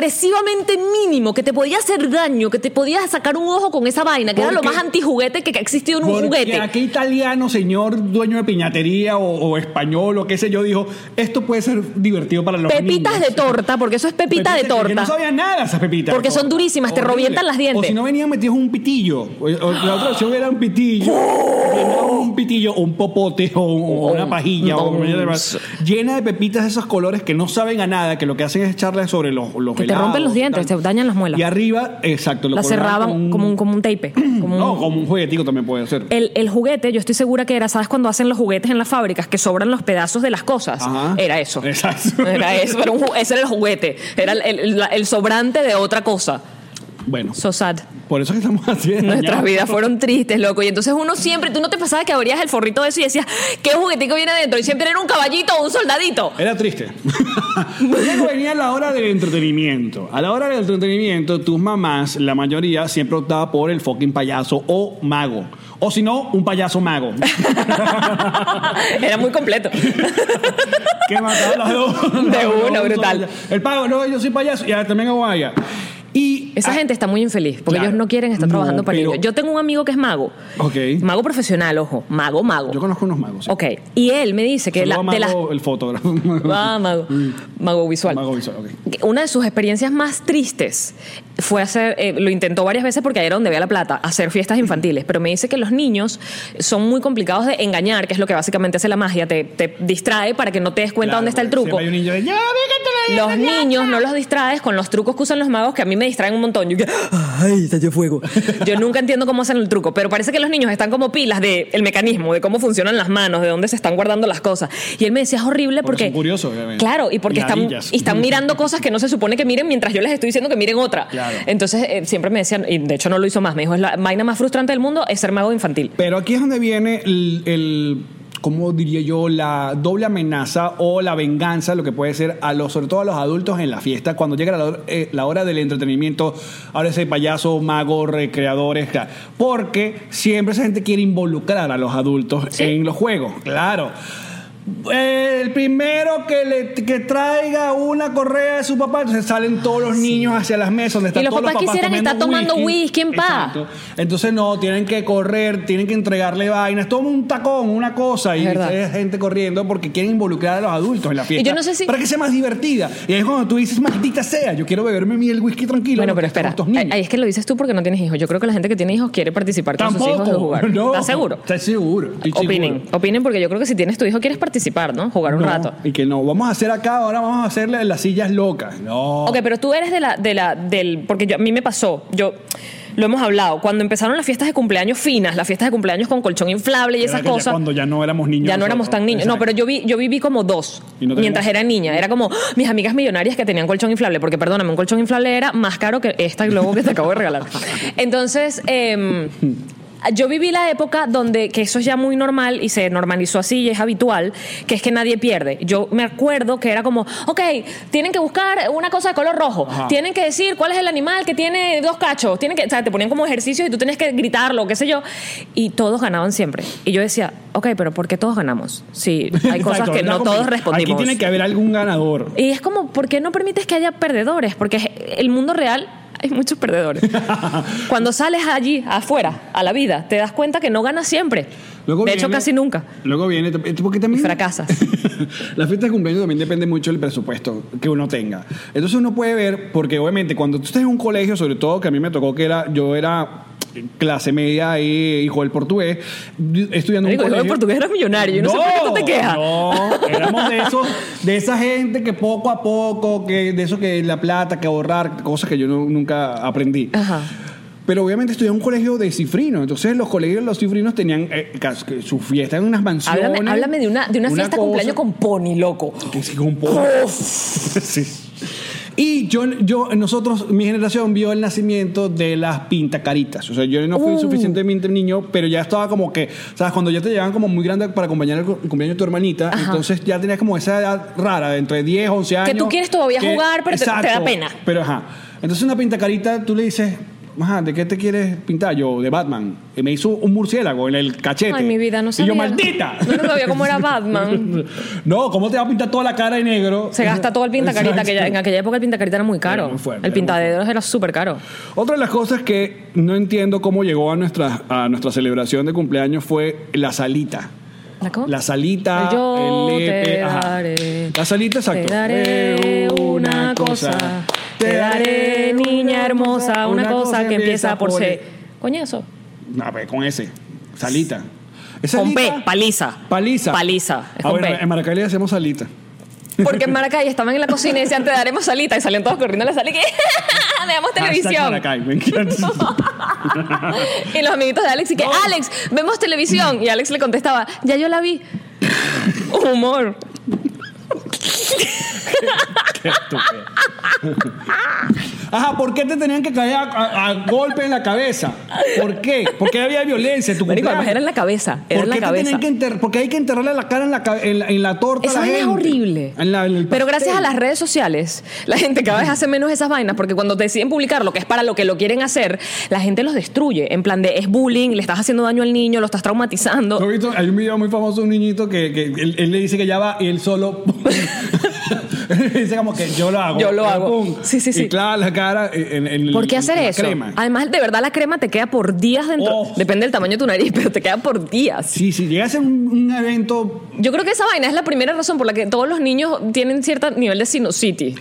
agresivamente mínimo, que te podía hacer daño, que te podías sacar un ojo con esa vaina, que era lo Porque- más antijuguete que ha existido en un Porque juguete. Aquel italiano, señor dueño de piñatería o, o español o qué sé yo, dijo, esto puede ser divertido para los Pepitas niños. de torta, porque eso es pepita Pepitas de Que torta. no sabían nada esas pepitas. Porque de son torta. durísimas, te revientan las dientes. O si no venían metidos un pitillo. O- o la otra opción era un pitillo. Llenaba un pitillo, o un popote, o, o O una un- pajilla, o o como un- ella le llama. llena de pepitas de esos colores que no saben a nada, que lo que hacen es echarles sobre los, los Que te helados rompen los y dientes, tal. te dañan las muelas. Y arriba, exacto, lo La colocaban cerraban con como un, como un tape. como un- Mm, No, como un juguetico también puede ser. el, el juguete, yo estoy segura que era, ¿sabes? Cuando hacen los juguetes en las fábricas, que sobran los pedazos de las cosas. Ajá. Era eso. Exacto. Era eso, era un ju- ese era el juguete. Era el, el- la- el sobrante de otra cosa. Bueno, So sad. por eso es que estamos haciendo. Nuestras vidas fueron tristes, loco. Y entonces uno siempre, tú no te pasabas que abrías el forrito de eso y decías, ¿qué juguetico viene adentro? Y siempre era un caballito o un soldadito. (laughs) Era triste. Luego venía la hora del entretenimiento. A la hora del entretenimiento, tus mamás, la mayoría, siempre optaba por el fucking payaso o mago. O si no, un payaso mago. era muy completo. que mataba a las dos. De una, uno brutal. El pago, no, yo soy payaso. Y ahora también hago vaya. Y. Esa ah, gente está muy infeliz porque Claro. ellos no quieren estar No, trabajando para pero- ellos. Yo tengo un amigo que es mago. Ok. Mago profesional, ojo. Mago, mago. Yo conozco unos magos. sí. Ok. Y él me dice que la, Saludo a de las. Mago, el fotógrafo. (laughs) Ah, mago. Mago visual. Mago visual, ok. Una de sus experiencias más tristes fue hacer, eh, lo intentó varias veces porque ahí era donde había la plata, hacer fiestas infantiles, pero me dice que los niños son muy complicados de engañar, que es lo que básicamente hace la magia, te, te distrae para que no te des cuenta Claro, dónde está el porque truco. siempre Hay un niño de, "Ya, fíjate la Los niños no los distraes con los trucos que usan los magos que a mí me distraen un montón. Yo, que, ¡ay, está yo fuego! Yo nunca entiendo cómo hacen el truco, pero parece que los niños están como pilas del el mecanismo, de cómo funcionan las manos, de dónde se están guardando las cosas. Y él me decía, es horrible Porque porque... son curiosos, obviamente. Claro, y porque Y están, ladillas. y están mirando cosas que no se supone que miren mientras yo les estoy diciendo que miren otra. Claro. Entonces eh, siempre me decían, y de hecho no lo hizo más, me dijo, es la vaina más frustrante del mundo es ser mago infantil. Pero aquí es donde viene el, el- ¿cómo diría yo? La doble amenaza o la venganza, lo que puede ser, a los, sobre todo a los adultos en la fiesta, cuando llega la, hor- eh, la hora del entretenimiento, ahora ese payaso, mago, recreadores, claro. porque siempre esa gente quiere involucrar a los adultos Sí. en los juegos, claro. El primero que, le, que traiga una correa de su papá, entonces salen todos los niños hacia las mesas donde están los todos papás quisieran estar tomando whisky en paz. Exacto. Entonces no, tienen que correr, tienen que entregarle vainas, toma un tacón, una cosa y Es verdad. hay gente corriendo porque quieren involucrar a los adultos en la fiesta. yo no sé si- Para que sea más divertida. Y ahí es cuando tú dices, maldita sea, yo quiero beberme mi el whisky tranquilo. Bueno, porque pero espera, son estos niños. ahí es que lo dices tú porque no tienes hijos. Yo creo que la gente que tiene hijos quiere participar con sus hijos de Tampoco. jugar. (laughs) No. ¿Estás seguro? Estás seguro. estoy Opinen, seguro. opinen porque yo creo que si tienes tu hijo quieres participar, ¿no? Jugar un No, rato. Y que no, vamos a hacer acá, ahora vamos a hacerle las sillas locas. No. Ok, pero tú eres de la, de la, del, porque yo- a mí me pasó, yo lo hemos hablado, cuando empezaron las fiestas de cumpleaños finas, las fiestas de cumpleaños con colchón inflable y Era esas que ya cosas. Cuando ya no éramos niños. Ya no éramos tan niños. No, pero yo vi, yo viví como Y dos no tenemos- mientras era niña. Era como ¡ah! mis amigas millonarias que tenían colchón inflable, porque perdóname, un colchón inflable era más caro que esta globo que te acabo (laughs) de regalar. Entonces, em, yo viví la época donde, que eso es ya muy normal y se normalizó así y es habitual, que es que nadie pierde. Yo me acuerdo que era como, ok, tienen que buscar una cosa de color rojo, Ajá. tienen que decir cuál es el animal que tiene dos cachos, tienen que, o sea, te ponían como ejercicios y tú tenías que gritarlo, qué sé yo, y todos ganaban siempre. Y yo decía, ok, pero ¿por qué todos ganamos? Si (laughs) hay cosas Exacto, que era no como- todos respondimos. Aquí tiene que haber algún ganador. Y es como, ¿por qué no permites que haya perdedores? Porque el mundo real hay muchos (laughs) perdedores. Cuando sales allí, afuera, a la vida, te das cuenta que no ganas siempre. Luego de hecho, viene- casi nunca. Luego viene, eh, porque también... Y (laughs) fracasas. Las fiestas de cumpleaños también depende mucho del presupuesto que uno tenga. Entonces uno puede ver, porque obviamente cuando tú estás en un colegio, sobre todo que a mí me tocó que era, yo era clase media y hijo del portugués, estudiando en Marico, un hijo del colegio... portugués eras millonario, yo no sé por qué tú te quejas. No, éramos de esos, de esa gente que poco a poco, que de eso que la plata, que ahorrar, cosas que yo no- nunca aprendí. Ajá. Pero obviamente estudié en un colegio de cifrinos. Entonces los colegios de los cifrinos tenían eh, cas- que su fiesta en unas mansiones. Háblame, háblame de una, de una, fiesta de cosa- cumpleaños con Pony, loco. Que sí, con pollo. (laughs) Sí. Y yo, yo, nosotros, mi generación vio el nacimiento de las pintacaritas. O sea, yo no fui Uh. suficientemente niño, pero ya estaba como que, ¿sabes? Cuando ya te llegaban como muy grande para acompañar el, cu- el cumpleaños de tu hermanita, Ajá. entonces ya tenías como esa edad rara, de entre 10, 11 años. tú quieres todavía jugar, pero te- te da pena. Pero ajá. Entonces una pintacarita, tú le dices, "Ajá, ¿de qué te quieres pintar? Yo, de Batman. Y me hizo un murciélago en el cachete. Ay, mi vida, no Y sabía. yo, maldita. No, no sabía cómo era (laughs) Batman. no, ¿cómo te va a pintar toda la cara de negro? Se gasta todo el pintacarita. Exacto. Que ya- en aquella época el pintacarita era muy caro. Era muy fuerte, el era muy pintadero era súper caro. Otra de las cosas que no entiendo cómo llegó a nuestra, a nuestra celebración de cumpleaños fue la salita. ¿La cómo? La salita, Yo el lepe, te ajá. daré. La salita, exacto. Te daré Eh, una cosa. Te daré, niña hermosa, una cosa que empieza por E. C. Coñazo. A ver, pues, con ese. Salita. ¿Es Con P, salita? paliza. Paliza. Paliza. Es Ah, con bueno, P. en Maracay le hacemos salita. Porque en Maracay estaban en la cocina y decían, te daremos salita. Y salían todos corriendo a la sala y que (laughs) veamos Hashtag televisión. Maracay, me encanta. (laughs) Y los amiguitos de Alex y que, Alex, vemos televisión. Y Alex le contestaba, ya yo la vi. (laughs) Humor. Ajá, ¿por qué te tenían que caer a, a- a golpe en la cabeza? ¿Por qué? Porque había violencia en tu Marico, cumpleaños. además era en la cabeza. Era en ¿Por la qué te cabeza. tenían que enterrar? Porque hay que enterrarle la cara en la, ca- en la, en la torta. a Esa la vaina es gente. horrible. En la- en el Pero gracias a pastel. las redes sociales, la gente cada vez hace menos esas vainas, porque cuando deciden publicar lo que es para lo que lo quieren hacer, la gente los destruye. En plan de es bullying, le estás haciendo daño al niño, lo estás traumatizando. ¿No has visto? Hay un video muy famoso de un niñito que, que él, él le dice que ya va y él solo. (laughs) Él dice como que yo lo hago. Yo lo Y hago. pum. Sí, sí, sí. Y clava la cara en, en- en ¿Por qué hacer la eso? Ah. crema. Además, de verdad la crema te queda por días dentro. Oh. Depende del tamaño de tu nariz, (laughs) pero te queda por días. Sí, sí, llega a ser un, un evento. Yo creo que esa vaina es la primera razón por la que todos los niños tienen cierto nivel de sinusitis.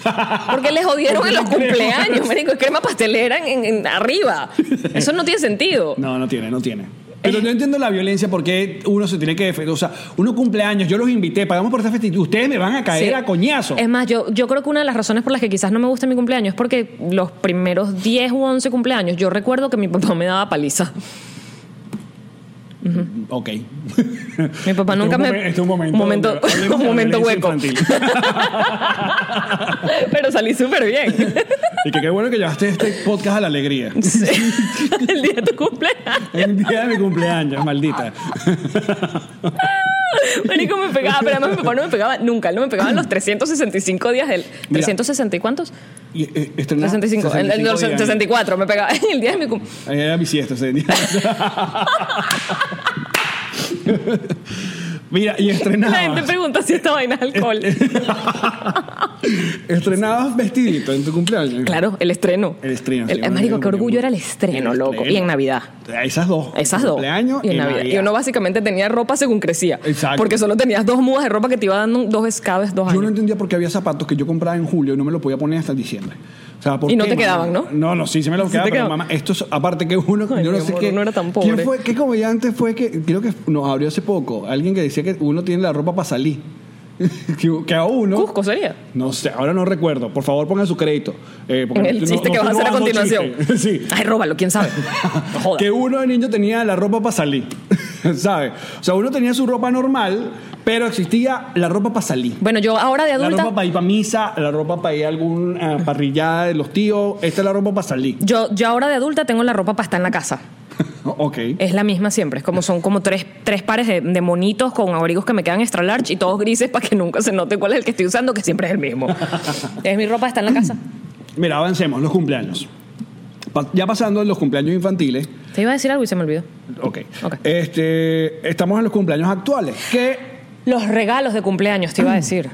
Porque les jodieron (laughs) Porque en los les crema. cumpleaños, marico. Es crema pastelera en, en- (laughs) en arriba. Eso no tiene sentido. No, no tiene, no tiene. Eh. Pero no entiendo la violencia porque uno se tiene que defender. O sea, uno cumpleaños, yo los invité, pagamos por esta festividad. Ustedes me van a caer Sí. Em. a coñazo. Es más, yo, yo creo que una de las razones por las que quizás no me gusta mi cumpleaños es porque los primeros 10 u 11 cumpleaños yo recuerdo que mi papá me daba paliza. (laughs) Ok. Mi papá Este nunca un me... momen- Este es un momento. Un momento, donde hablemos (laughs) un de momento violencia hueco. infantil. Pero salí súper bien. y que qué bueno que llevaste este podcast a la alegría. Sí. (laughs) El día de tu cumpleaños. El día de mi cumpleaños, maldita. Marico me pegaba, pero además mi papá no me pegaba nunca. Él no me pegaba en los 365 días del... Mira. ¿360 y cuántos? Y, eh, estrenar 65. En- en 65 los días. 64 me pegaba el día de mi cumpleaños. Ahí Era mi siesta ese día. (laughs) Mira, y La gente estrenabas. pregunta si esta vaina (laughs) es alcohol. estrenabas vestidito en tu cumpleaños. Claro, el estreno. El estreno, sí, El, eh, bueno, marico, yo qué creo que orgullo muy- era el estreno, El loco. estreno. Y en Navidad. Esas dos. Esas dos. Cumpleaños y en Navidad. Y uno básicamente tenía ropa según crecía. Exacto. Porque solo tenías dos mudas de ropa que te iba dando dos vez cada vez dos Yo no años. entendía por qué había zapatos que yo compraba en julio y no me los podía poner hasta diciembre. O sea, ¿por Y no qué, te mamá? quedaban, ¿no? No, no, sí, se me los Sí quedaba, te pero quedaban. mamá, esto es aparte que uno, Ay, yo no mi sé amor, qué. uno era tan pobre. ¿Quién fue? ¿Qué comediante fue que creo que nos abrió hace poco? Alguien que decía que uno tiene la ropa para salir. (laughs) que, que a uno. Cusco sería. No sé, ahora no recuerdo. Por favor, pongan su crédito. Eh, porque el no- chiste no que vas a estoy hacer a robando continuación. chistes. (laughs) sí. Ay, róbalo, (laughs) quién sabe. No jodas. Que uno de niño tenía la ropa para salir. (laughs) ¿Sabes? O sea, uno tenía su ropa normal, pero existía la ropa para salir. Bueno, yo ahora de La adulta. ropa para ir para misa, la ropa para ir a alguna parrillada de los tíos. Esta es la ropa para salir. (laughs) Yo, yo ahora de adulta tengo la ropa para estar en la casa. ok. Es la misma siempre. Es como son como tres, tres pares de, de monitos con abrigos que me quedan extra large y todos grises para que nunca se note cuál es el que estoy usando, que siempre es el (laughs) mismo. es mi ropa, está en la casa. Mira, avancemos, los cumpleaños. Pa- ya pasando en los cumpleaños infantiles. Te iba a decir algo y se me olvidó. Ok. Ok. Este, estamos en los cumpleaños actuales. Que. Los regalos de cumpleaños, te iba (clears throat) a decir.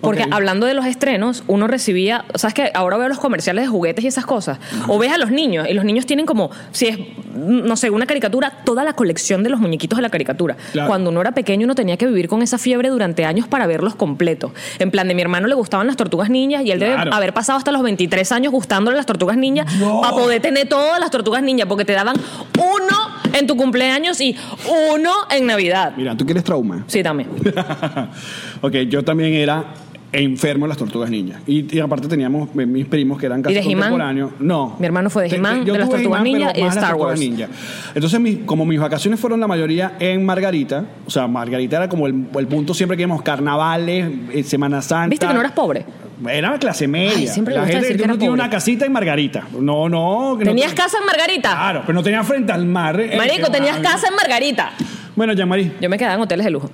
Porque Ok. hablando de los estrenos, uno recibía, sabes que ahora veo los comerciales de juguetes y esas cosas, o ves a los niños, y los niños tienen como, si es, no sé, una caricatura, toda la colección de los muñequitos de la caricatura. Claro. Cuando uno era pequeño, uno tenía que vivir con esa fiebre durante años para verlos completos. En plan, de mi hermano le gustaban las tortugas ninjas y él Claro. debe haber pasado hasta los 23 años gustándole las tortugas ninjas No. para poder tener todas las tortugas ninjas, porque te daban uno en tu cumpleaños y uno en Navidad. Mira, tú quieres trauma. Sí, también. (laughs) ok, yo también era enfermo de las tortugas niñas. Y, y aparte teníamos eh, mis primos que eran ¿Y casi de He-Man? contemporáneos. No. Mi hermano fue de Te- te- He-Man, yo de las tuve tortugas He-Man, ninja pero y de más las Star tortugas Wars. ninja. Entonces, mis- como mis vacaciones fueron la mayoría en Margarita, o sea, Margarita era como el, el punto siempre que íbamos carnavales, eh, Semana Santa. ¿Viste que no eras pobre? Era clase media. Ay, siempre le la gusta gente decir que uno era tiene pobre. una casita en Margarita. No, no. que no ¿Tenías te- casa en Margarita? Claro, pero no tenía frente al mar. eh, Marico, que tenías maravilla. casa en Margarita. Bueno, ya, Marí. Yo me quedaba en hoteles de lujo.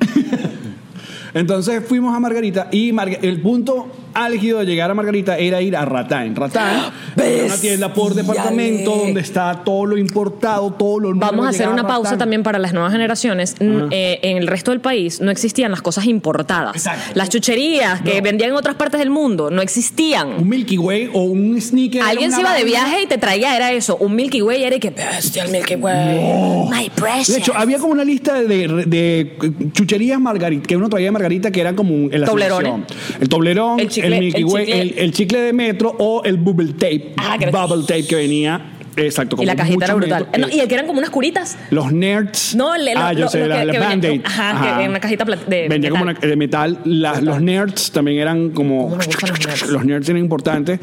Entonces fuimos a Margarita y Marga- el punto álgido de llegar a Margarita era ir a Ratán. Ratán es una tienda por departamento donde está todo lo importado, todo lo nuevo. Vamos a hacer llegaba una pausa Ratán. también para las nuevas generaciones. N- eh, en el resto del país no existían las cosas importadas. Exacto. Las chucherías que vendían en otras partes del mundo no existían. Un Milky Way o un sneaker. era Alguien una se iba de vaina. viaje y te traía, era eso, un Milky Way, era y que bestia el Milky Way. My precious. De hecho, había como una lista de, de chucherías margarita, que uno traía de margarita que eran como un, en la Toblerones. selección. El toblerón, el, El chicle- Milky el Way, chicle. El, el chicle de metro o el bubble tape. Ah, que- bubble tape que venía. Exacto. y como la cajita era mucho brutal. metro. No, y el que eran como unas curitas. Los nerds. No, le- lo- ah, yo lo- sé, lo la, que- la que venía- Band-Aid. ajá, que venía en una cajita pla- de Venía como metal. una- de metal. La- los nerds también eran como. ¿Cómo me (laughs) gustan los nerds? Los nerds eran importantes.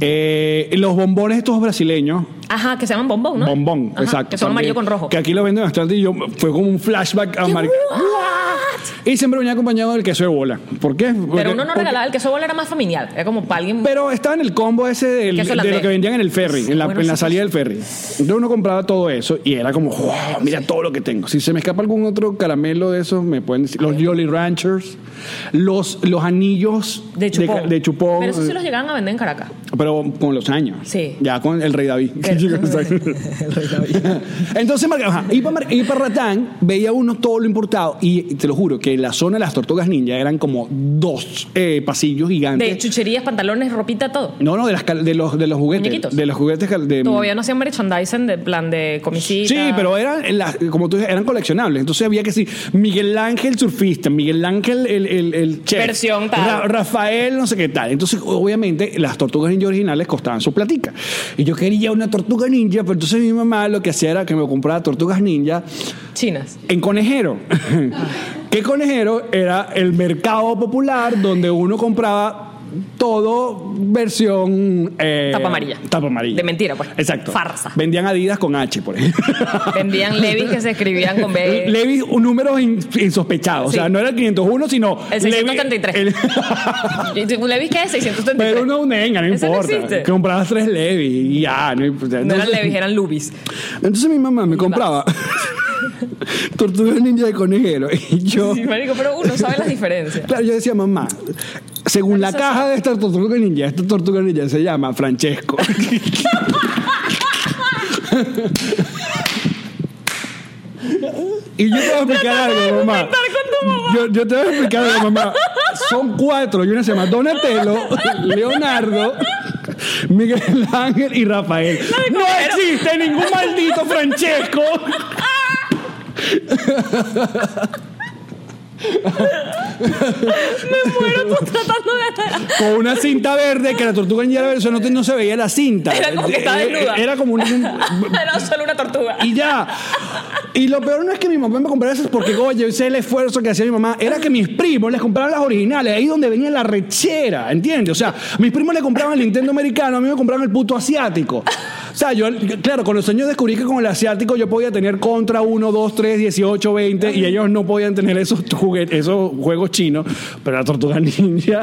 Eh, los bombones estos brasileños. Ajá, que se llaman bombón, ¿no? Bombón, Ajá, exacto. Que son también. amarillo con rojo. Que aquí lo venden bastante y yo fue como un flashback a ¿Qué? Mar- Y siempre venía acompañado del queso de bola. ¿Por qué? Porque- Pero uno no porque- regalaba, el queso bola era más familiar. Era como para alguien. Pero estaba en el combo ese del- Queso de lo holandés. que vendían en el ferry, en la, Bueno, en la sí, salida del ferry. Entonces uno compraba todo eso y era como, wow, mira todo lo que tengo. Si se me escapa algún otro caramelo de esos, me pueden decir. Los Jolly Ranchers, los, los anillos de chupón. ca- de chupón, Pero eso sí los llegaban a vender en Caracas. pero con los años. Sí. Ya con el Rey David. (laughs) Que- (laughs) Exacto. (laughs) Entonces, marca- ajá, y para Ratán veía uno todo lo importado y te lo juro que en la zona de las tortugas ninja eran como dos eh, pasillos gigantes. De chucherías, pantalones, ropita, todo. No, no, de, las cal- de, los, de los juguetes. Muñequitos. De los juguetes cal- de. Todavía no hacían merchandising de plan de comisitas. Mm. Sí, pero eran, en las- como tú dices, eran coleccionables. Entonces había que decir Miguel Ángel surfista, Miguel Ángel el, el, el chef. Versión tal. Ra- Rafael no sé qué tal. Entonces, obviamente, las tortugas ninja originales costaban su platica. Y yo quería una tortuga ninja, pero entonces mi mamá lo que hacía era que me compraba tortugas ninja Chinas. en (laughs) Conejero. que Conejero era el mercado popular donde uno compraba todo versión eh, Tapa amarilla. Tapa amarilla. De mentira, pues. Exacto. Farsa. Vendían Adidas con H, por ejemplo. (laughs) Vendían Levis que se escribían con B. Levis, un número in- insospechado. Sí. O sea, no era el 501, sino. El 633. Levi- ¿Y tú Levis qué es? 633. (laughs) Pero no, venga, no Ese no importa. existe. Comprabas tres Levis y ya. No, importa. No eran Entonces- Levis, eran Lubis. Entonces mi mamá me compraba (laughs) tortugas ninja de conejero. Y yo. Sí, marico, pero uno sabe (laughs) las diferencias. Claro, yo decía, mamá, según la caja de esta tortuga ninja, esta tortuga ninja se llama (laughs) Francesco. Y yo te voy a explicar algo, mamá. Yo, yo te voy a explicar algo, mamá. Son cuatro y una se llama Donatello, Leonardo, Miguel Ángel y Rafael. No existe ningún maldito Francesco. Pero tú tratando de. con una cinta verde que la tortuga ninja era verde, o sea, no, te- no se veía la cinta. Eh, Era como que estaba desnuda. Era como un- un (laughs) Era solo una tortuga. y ya. Y lo peor no es que mi mamá me comprara esas porque, oye, ese es el esfuerzo que hacía mi mamá. Era que mis primos les compraban las originales, ahí donde venía la rechera, ¿entiendes? O sea, mis primos le compraban el Nintendo americano, a mí me compraban el puto asiático. O sea, yo, claro, con los años descubrí que con el asiático yo podía tener contra 1, 2, 3, 18, 20 y ellos no podían tener esos, juguetes, esos juegos chinos, pero la tortuga ninja.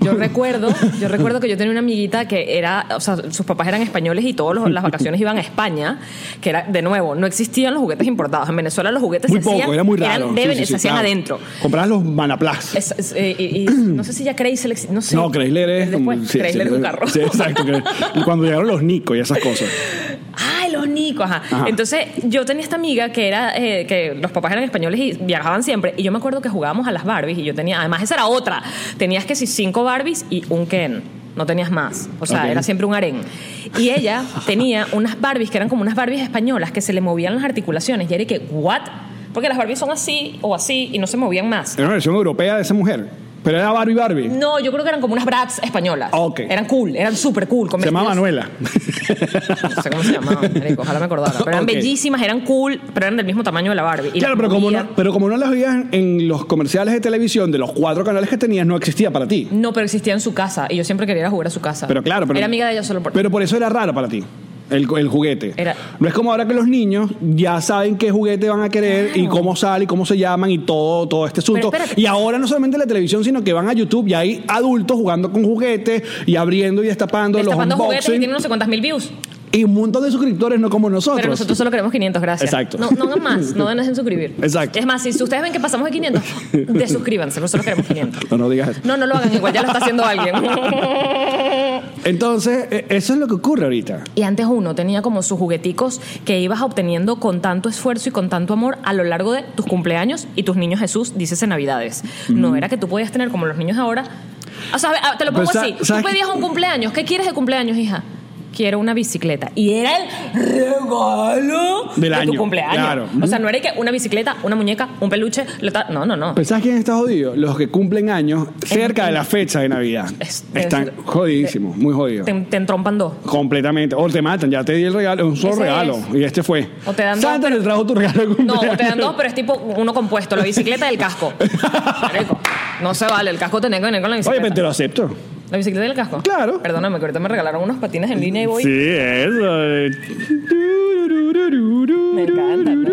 Yo recuerdo, yo recuerdo que yo tenía una amiguita que era, o sea, sus papás eran españoles y todas las vacaciones iban a España, que era, de nuevo, no existían los juguetes importados. En Venezuela los juguetes Muy se hacían, poco, era muy eran raro. de Sí, Vene- sí, sí, se hacían claro. adentro. Comprabas los Manaplas. Es- es- eh, y, y no sé si ya Chrysler, exi- no sé. No, Chrysler es como- Después, sí, Chrysler sí, es un carro. Sí, exacto. que- cuando llegaron los Nico y esas cosas. Ay, los Nico, ajá. Ajá. Entonces, yo tenía esta amiga que era, eh, que los papás eran españoles y viajaban siempre. Y yo me acuerdo que jugábamos a las Barbies y yo tenía, además esa era otra. Tenías que si cinco Barbies y un Ken. No tenías más. O sea, Ok. era siempre un harén. (laughs) Y ella tenía unas Barbies que eran como unas Barbies españolas que se le movían las articulaciones. Y era que, ¿what? Porque las Barbies son así o así y no se movían más. Era una versión europea de esa mujer. Pero era Barbie Barbie. No, yo creo que eran como unas brats españolas. Ok. Eran cool, eran súper cool. con Se llamaba vestidos- Manuela. no sé cómo se llamaba, marico, ojalá me acordara. Pero eran Ok. bellísimas, eran cool, pero eran del mismo tamaño de la Barbie. Y Claro, las pero como, movían. no, pero como no las veías en los comerciales de televisión de los cuatro canales que tenías, no existía para ti. No, pero existía en su casa y yo siempre quería ir a jugar a su casa. Pero claro, pero. Ah. Era amiga de ella solo por. Pero por eso era raro para ti. El, el juguete. Era- No es como ahora que los niños ya saben qué juguete van a querer y cómo sale y cómo se llaman y todo, todo este asunto. espérate. Y ahora no solamente la televisión, sino que van a YouTube y hay adultos jugando con juguetes y abriendo y destapando, Destapando los juguetes y unboxing. tiene no sé cuántas mil views. y un montón de suscriptores no como nosotros. Pero nosotros solo queremos 500, gracias. Exacto. No, no hagan más, (laughs) no den en suscribir. Exacto. Es más, si ustedes ven que pasamos (laughs) de 500, desuscríbanse, nosotros queremos 500. No, no digas eso. No, no lo hagan, igual ya lo está haciendo alguien. (laughs) Entonces, e- eso es lo que ocurre ahorita. Y antes uno tenía como sus jugueticos que ibas obteniendo con tanto esfuerzo y con tanto amor a lo largo de tus cumpleaños y tus niños Jesús, dices en Navidades. No era que tú podías tener como los niños ahora. O sea, a- te lo Pero pongo sa- así. Tú Pues, ¿sabes qué? pedías un cumpleaños. ¿Qué quieres de cumpleaños, hija? Quiero una bicicleta. Y era el regalo Del de tu año, cumpleaños. claro. O sea, no era que una bicicleta, una muñeca, un peluche, lo tal. No, no, no. ¿Pensás quién está jodido? Los que cumplen años cerca de la fecha de Navidad. Es- debe Están ser- jodidísimos, muy jodidos. Te, te entrompan dos. Completamente. O te matan, ya te di el regalo, un solo Ese regalo. es. Y este fue. O te dan dos, Santa pero- le trajo tu regalo de No, o te dan cumpleaños. dos, pero es tipo uno compuesto, la bicicleta y el casco. Marico, no se vale, el casco tenía que venir con la Oye, bicicleta. pero te lo acepto. ¿La bicicleta y el casco? Claro. Mm, Perdóname, que ahorita me regalaron unos patines en línea y voy. Sí, eh, eso. Me encanta, ¿no?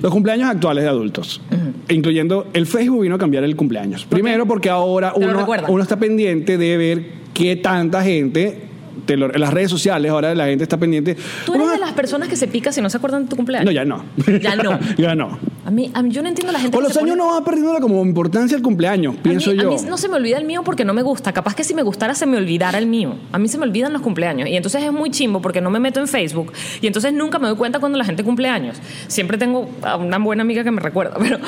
Los cumpleaños actuales de adultos, incluyendo el Facebook vino a cambiar el cumpleaños. Primero porque ahora lo uno, recuerdan. uno está pendiente de ver qué tanta gente, te lo- en las redes sociales ahora la gente está pendiente. Tú eres Uno- de las personas que se pica si no se acuerdan de tu cumpleaños. No, ya no. Ya no. (laughs) ya no. A mí, a mí yo no entiendo la gente Con que los se años pone- no va perdiendo como importancia el cumpleaños, A mí- pienso yo. A mí no se me olvida el mío porque no me gusta. Capaz que si me gustara se me olvidara el mío. A mí se me olvidan los cumpleaños. Y entonces es muy chimbo porque no me meto en Facebook. Y entonces nunca me doy cuenta cuando la gente cumple años. Siempre tengo a una buena amiga que me recuerda, (laughs) pero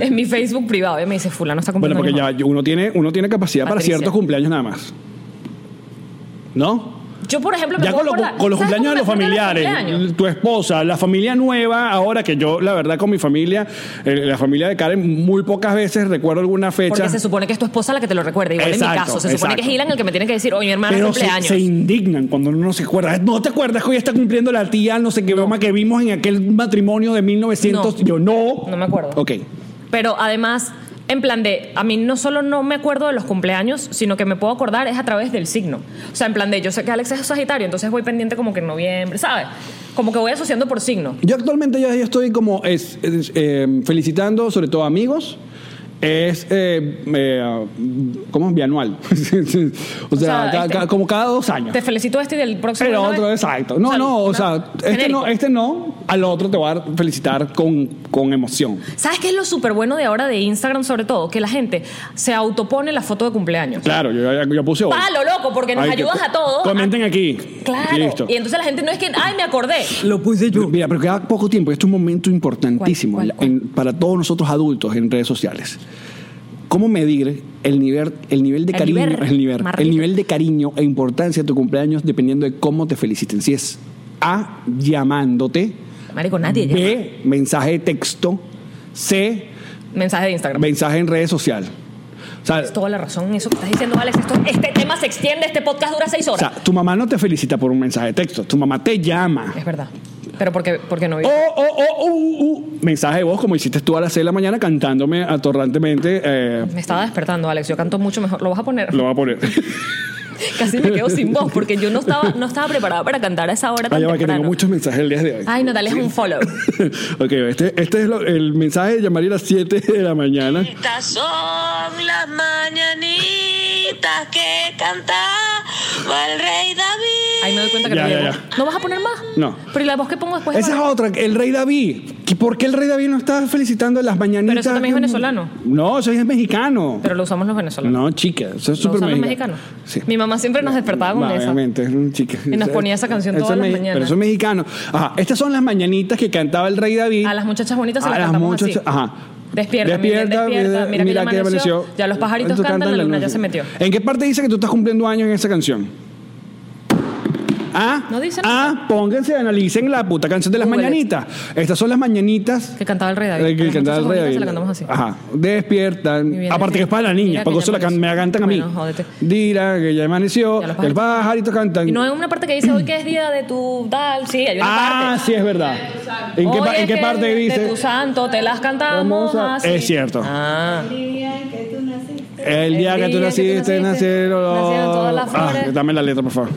en mi Facebook privado ella me dice, fulano está Bueno, cumpliendo porque años ya uno tiene, uno tiene capacidad para Patricia. ciertos cumpleaños nada más. ¿No? hoy". Yo, por ejemplo, me Ya puedo con, los- acordar- con los ¿Sabes cumpleaños de los cómo me acuerdo familiares, cumpleaños? tu esposa, la familia nueva, ahora que yo, la verdad, con mi familia, eh, la familia de Karen, muy pocas veces recuerdo alguna Mm, fecha. Porque se supone que es tu esposa la que te lo recuerda. Igual en mi Exacto, caso. Se supone exacto. que es Ilan el que me tiene que decir, oye, mi hermana pero se, cumpleaños. se indignan cuando uno no se acuerda. No te acuerdas que hoy está cumpliendo la tía, no sé qué broma que vimos en aquel matrimonio de 1900. No. Yo no. No me acuerdo. Ok. Pero además, en plan de, a mí no solo no me acuerdo de los cumpleaños, sino que me puedo acordar es a través del signo. O sea, en plan de, yo sé que Alex es Sagitario, entonces voy pendiente como que en noviembre, ¿sabes? Como que voy asociando por signo. Yo actualmente ya, ya estoy como es, es, eh, felicitando, sobre todo amigos. Es, eh, eh, ¿cómo es? Bianual. (laughs) o sea, sea, ca- este- ca- como cada dos años. Te felicito este y del próximo. Pero ah. de una otro, vez. exacto. No, O sea, no, o una- sea, este genérico. no, este no, al otro te voy a felicitar con, con emoción. ¿Sabes qué es lo súper bueno de ahora de Instagram, sobre todo? Que la gente se autopone la foto de cumpleaños. Claro, yo, yo- yo puse hoy. Palo, loco, porque nos Ay, que- ayudas a todos. Comenten A- aquí. Claro. Listo. Y entonces la gente no es que, ay, me acordé. Lo puse yo. Mira, pero queda poco tiempo. Esto es un momento importantísimo ¿Cuál, cuál, en- para todos nosotros adultos en redes sociales. ¿Cómo medir el nivel, el nivel de El cariño, nivel, el, nivel, marrito. el nivel de cariño e importancia de tu cumpleaños dependiendo de cómo te feliciten? Si es A, llamándote, Marico, nadie. llama. B, mensaje de texto, C, Mensaje de Instagram. mensaje en redes sociales. O sea, Toda la razón en eso que estás diciendo, Alex. Esto- este tema se extiende, este podcast dura seis o horas. sea, tu mamá no te felicita por un mensaje de texto, tu mamá te llama. es verdad. Pero porque, porque no O, vive. o, o, u, u, uh, mensaje de voz, como hiciste tú a las 6 de la mañana cantándome atorrantemente. eh, Me estaba despertando, Alex. Yo canto mucho mejor. Lo vas a poner. lo voy a poner. (laughs) Casi me quedo sin voz porque yo no estaba, no estaba preparada para cantar a esa hora tan Vaya, Ah, va, que temprano. tengo muchos mensajes el día de hoy. Ay, no, dale un follow. (laughs) ok, este, este es lo- el mensaje de llamar a las 7 de la mañana. Estas son las mañanitas que cantaba el rey David. Ahí me doy cuenta que Ya, no ya, llego. ya. ¿No vas a poner más? No. Pero ¿y la voz que pongo después? Esa es otra, el rey David. ¿Qué- ¿Por qué el rey David no está felicitando a las mañanitas? eso también es venezolano. No, eso es mexicano. Pero lo usamos los venezolanos. no, chica, eso es Lo súper usan los mexicano. mexicanos. Mi mamá siempre nos despertaba con esa. Obviamente, es un chica. Y nos ponía esa canción todas las me- mañanas. Pero eso es mexicano. Ajá, estas son las mañanitas que cantaba el rey David. A las muchachas bonitas se A las las cantamos muchachas- así. Ajá. Despierta, Miguel, despierta. Mira que ya amaneció. Ya los pajaritos Entonces cantan, la luna ya se metió. ¿En qué parte dice que tú estás cumpliendo años en esa canción? Ah, No dice ah, nada. pónganse, analicen la puta canción de las Google it. mañanitas. Estas son las mañanitas Que cantaba el Rey David. eh, que A las cantaba el muchachas Rey bonitas se la David. cantamos así. Ajá. Despiertan. bien, Aparte que es para la niña, mira que porque ya eso la can- me la amaneció. cantan a mí. Bueno, jódete. Dira, que ya amaneció. Ya El los pajaritos. pajarito cantan. Y no hay una parte que dice hoy que es día de tu tal. Sí, hay una ah, parte. sí, es verdad. ¿En qué, Hoy pa- en es qué que parte de dice? tu santo te las cantamos Vamos a- así. Es cierto. Ah. El día que tú naciste, nacieron los- nacieron todas las Ah, flores. dame la letra, por favor.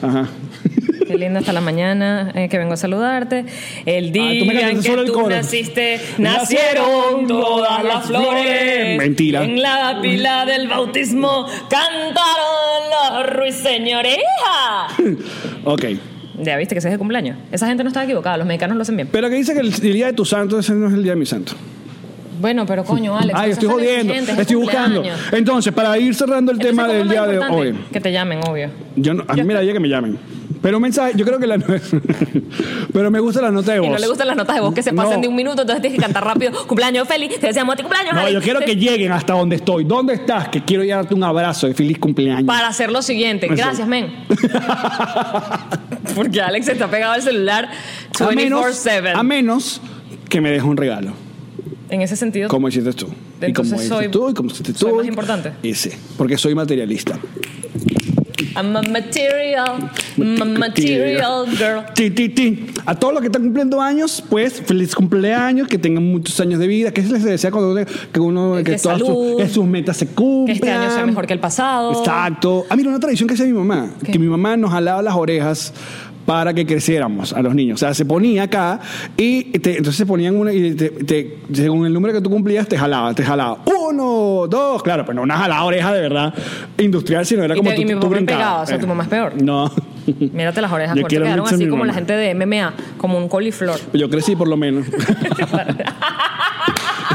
Ajá. (laughs) Qué lindo hasta la mañana eh, que vengo a saludarte. El día tú me en cantaste que solo el Ah, tú coro. naciste, nacieron todas las flores. Mentira. En la pila del bautismo cantaron los ruiseñores. ¡Hija! Ok. Ya viste que ese es de cumpleaños. Esa gente no estaba equivocada, los mexicanos lo hacen bien. Pero que dice que el, el día de tu santo, ese no es el día de mi santo. Bueno, pero coño, Alex. Ay, no estoy seas tan jodiendo, exigente, es estoy tu buscando. este cumpleaños. Entonces, para ir cerrando el tema Entonces, del ¿cómo día es de importante? hoy. Que te llamen, obvio. Yo no, a mí me da idea que me llamen. Pero un mensaje, yo creo que la (laughs) Pero me gusta la nota de voz. Y no le gustan las notas de voz que se pasen No. de un minuto, entonces tienes que cantar rápido. cumpleaños feliz, te deseamos a ti cumpleaños No, feliz. yo quiero que lleguen hasta donde estoy. ¿Dónde estás? Que quiero ir a darte un abrazo de feliz cumpleaños. (laughs) Para hacer lo siguiente. Eso. Gracias, men. Porque Alex está pegado al celular a menos, 24-7. a menos que me deje un regalo. En ese sentido, Como hiciste tú. y como Entonces hiciste soy- tú, y como hiciste tú. soy más importante. Y sí, porque soy materialista. I'm a material, I'm a material girl. Ti, ti, ti. A todos los que están cumpliendo años, pues feliz cumpleaños, que tengan muchos años de vida, que se les desea cuando uno- que uno Que que, todas sus- salud. que sus metas se cumplan. Que este año sea mejor que el pasado. Exacto. Ah, mira, una tradición que hacía mi mamá, Oh. ¿Qué? que mi mamá nos jalaba las orejas para que creciéramos a los niños. O sea, se ponía acá y te- entonces se ponían una y te- te- según el número que tú cumplías, te jalaba, te jalaba. Uno, dos, claro, pero no una jalada oreja de verdad industrial, sino era Y como te- tú, y mi tú papá brincabas. Eh, pegaba, o sea, tu mamá es peor. No. (laughs) Mírate las orejas, Yo porque quiero quedaron mucho a así mi como mamá. la gente de MMA, como (laughs) un coliflor. Yo crecí por lo (laughs) menos.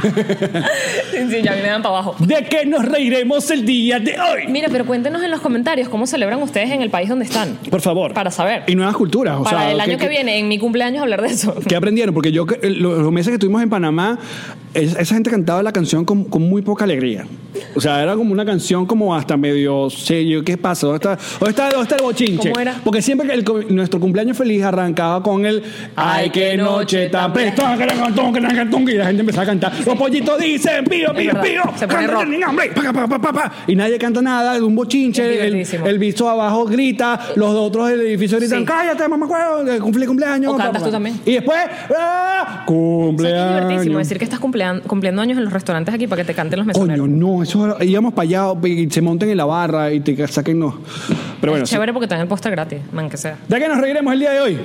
sí, sí, ya me dan para abajo. ¿De qué nos reiremos el día de hoy? Mira, pero cuéntenos en los comentarios cómo celebran ustedes en el país donde están. Por favor. Para saber. Y nuevas culturas. O para sea, el año ¿qué- que, qué- viene, en mi cumpleaños, hablar de eso. (laughs) ¿Qué aprendieron? Porque yo, que- los los meses que estuvimos en Panamá, es- esa gente cantaba la canción con, con muy poca alegría. O sea, era como una canción como hasta medio serio. ¿Qué pasa? ¿Dónde está, dónde está, dónde está el bochinche? ¿Cómo era? Porque siempre que el cu- nuestro cumpleaños feliz arrancaba con el ¡Ay, qué noche tan presta! Y la gente empezaba a cantar. Los pollitos dicen pío, pío, verdad. pío. Se pone rock. hambre, pa, pa, pa, pa, pa. Y nadie canta nada. Es un Es bochinche. El, divertidísimo. el visto abajo grita. Los otros del edificio gritan Sí. ¡Cállate, mamá! Cumple cumpleaños. pa, O pa, cantas tú pa. también. Y después, ¡ah! O sea, que es divertísimo cumpleaños. decir que estás cumplean- cumpliendo años en los restaurantes aquí para que te canten los mesoneros. Coño, no, eso era- íbamos para allá y se monten en la barra y te saquen no. Pero bueno, es sí. chévere porque te dan el postre gratis, man que sea. ¿de qué nos reiremos el día de hoy?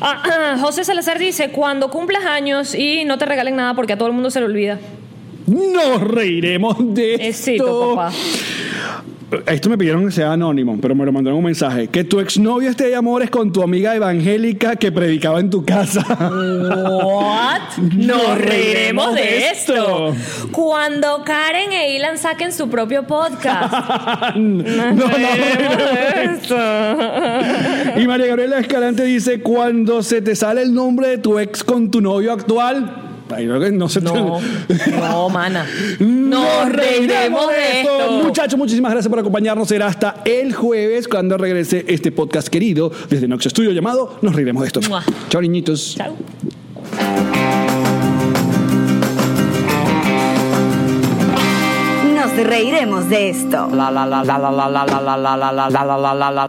Ah, ah, (clears throat) José Salazar dice, cuando cumplas años y no te regalen nada porque a todo el mundo se le olvida. Nos reiremos de Éxito, esto. Eh, papá. Esto me pidieron que sea anónimo, pero me lo mandaron un mensaje. Que tu exnovio esté de amores con tu amiga evangélica que predicaba en tu Mm. casa. What? (laughs) Nos reiremos de esto. Cuando Karen e Ilan saquen su propio (laughs) podcast. no, no, (laughs) Reiremos de esto. Y María Gabriela Escalante dice, cuando se te sale el nombre de tu ex con tu novio actual, Ay, creo que no se te- No, no, mana. Nos Nos reiremos de esto. Muchachos, muchísimas gracias por acompañarnos. Será hasta el jueves cuando regrese este podcast querido desde Nox Studio llamado Nos reiremos de esto. Mua. Chao, niñitos. Chao. Nos reiremos de esto. La la la la la la la la la la la la la la la la.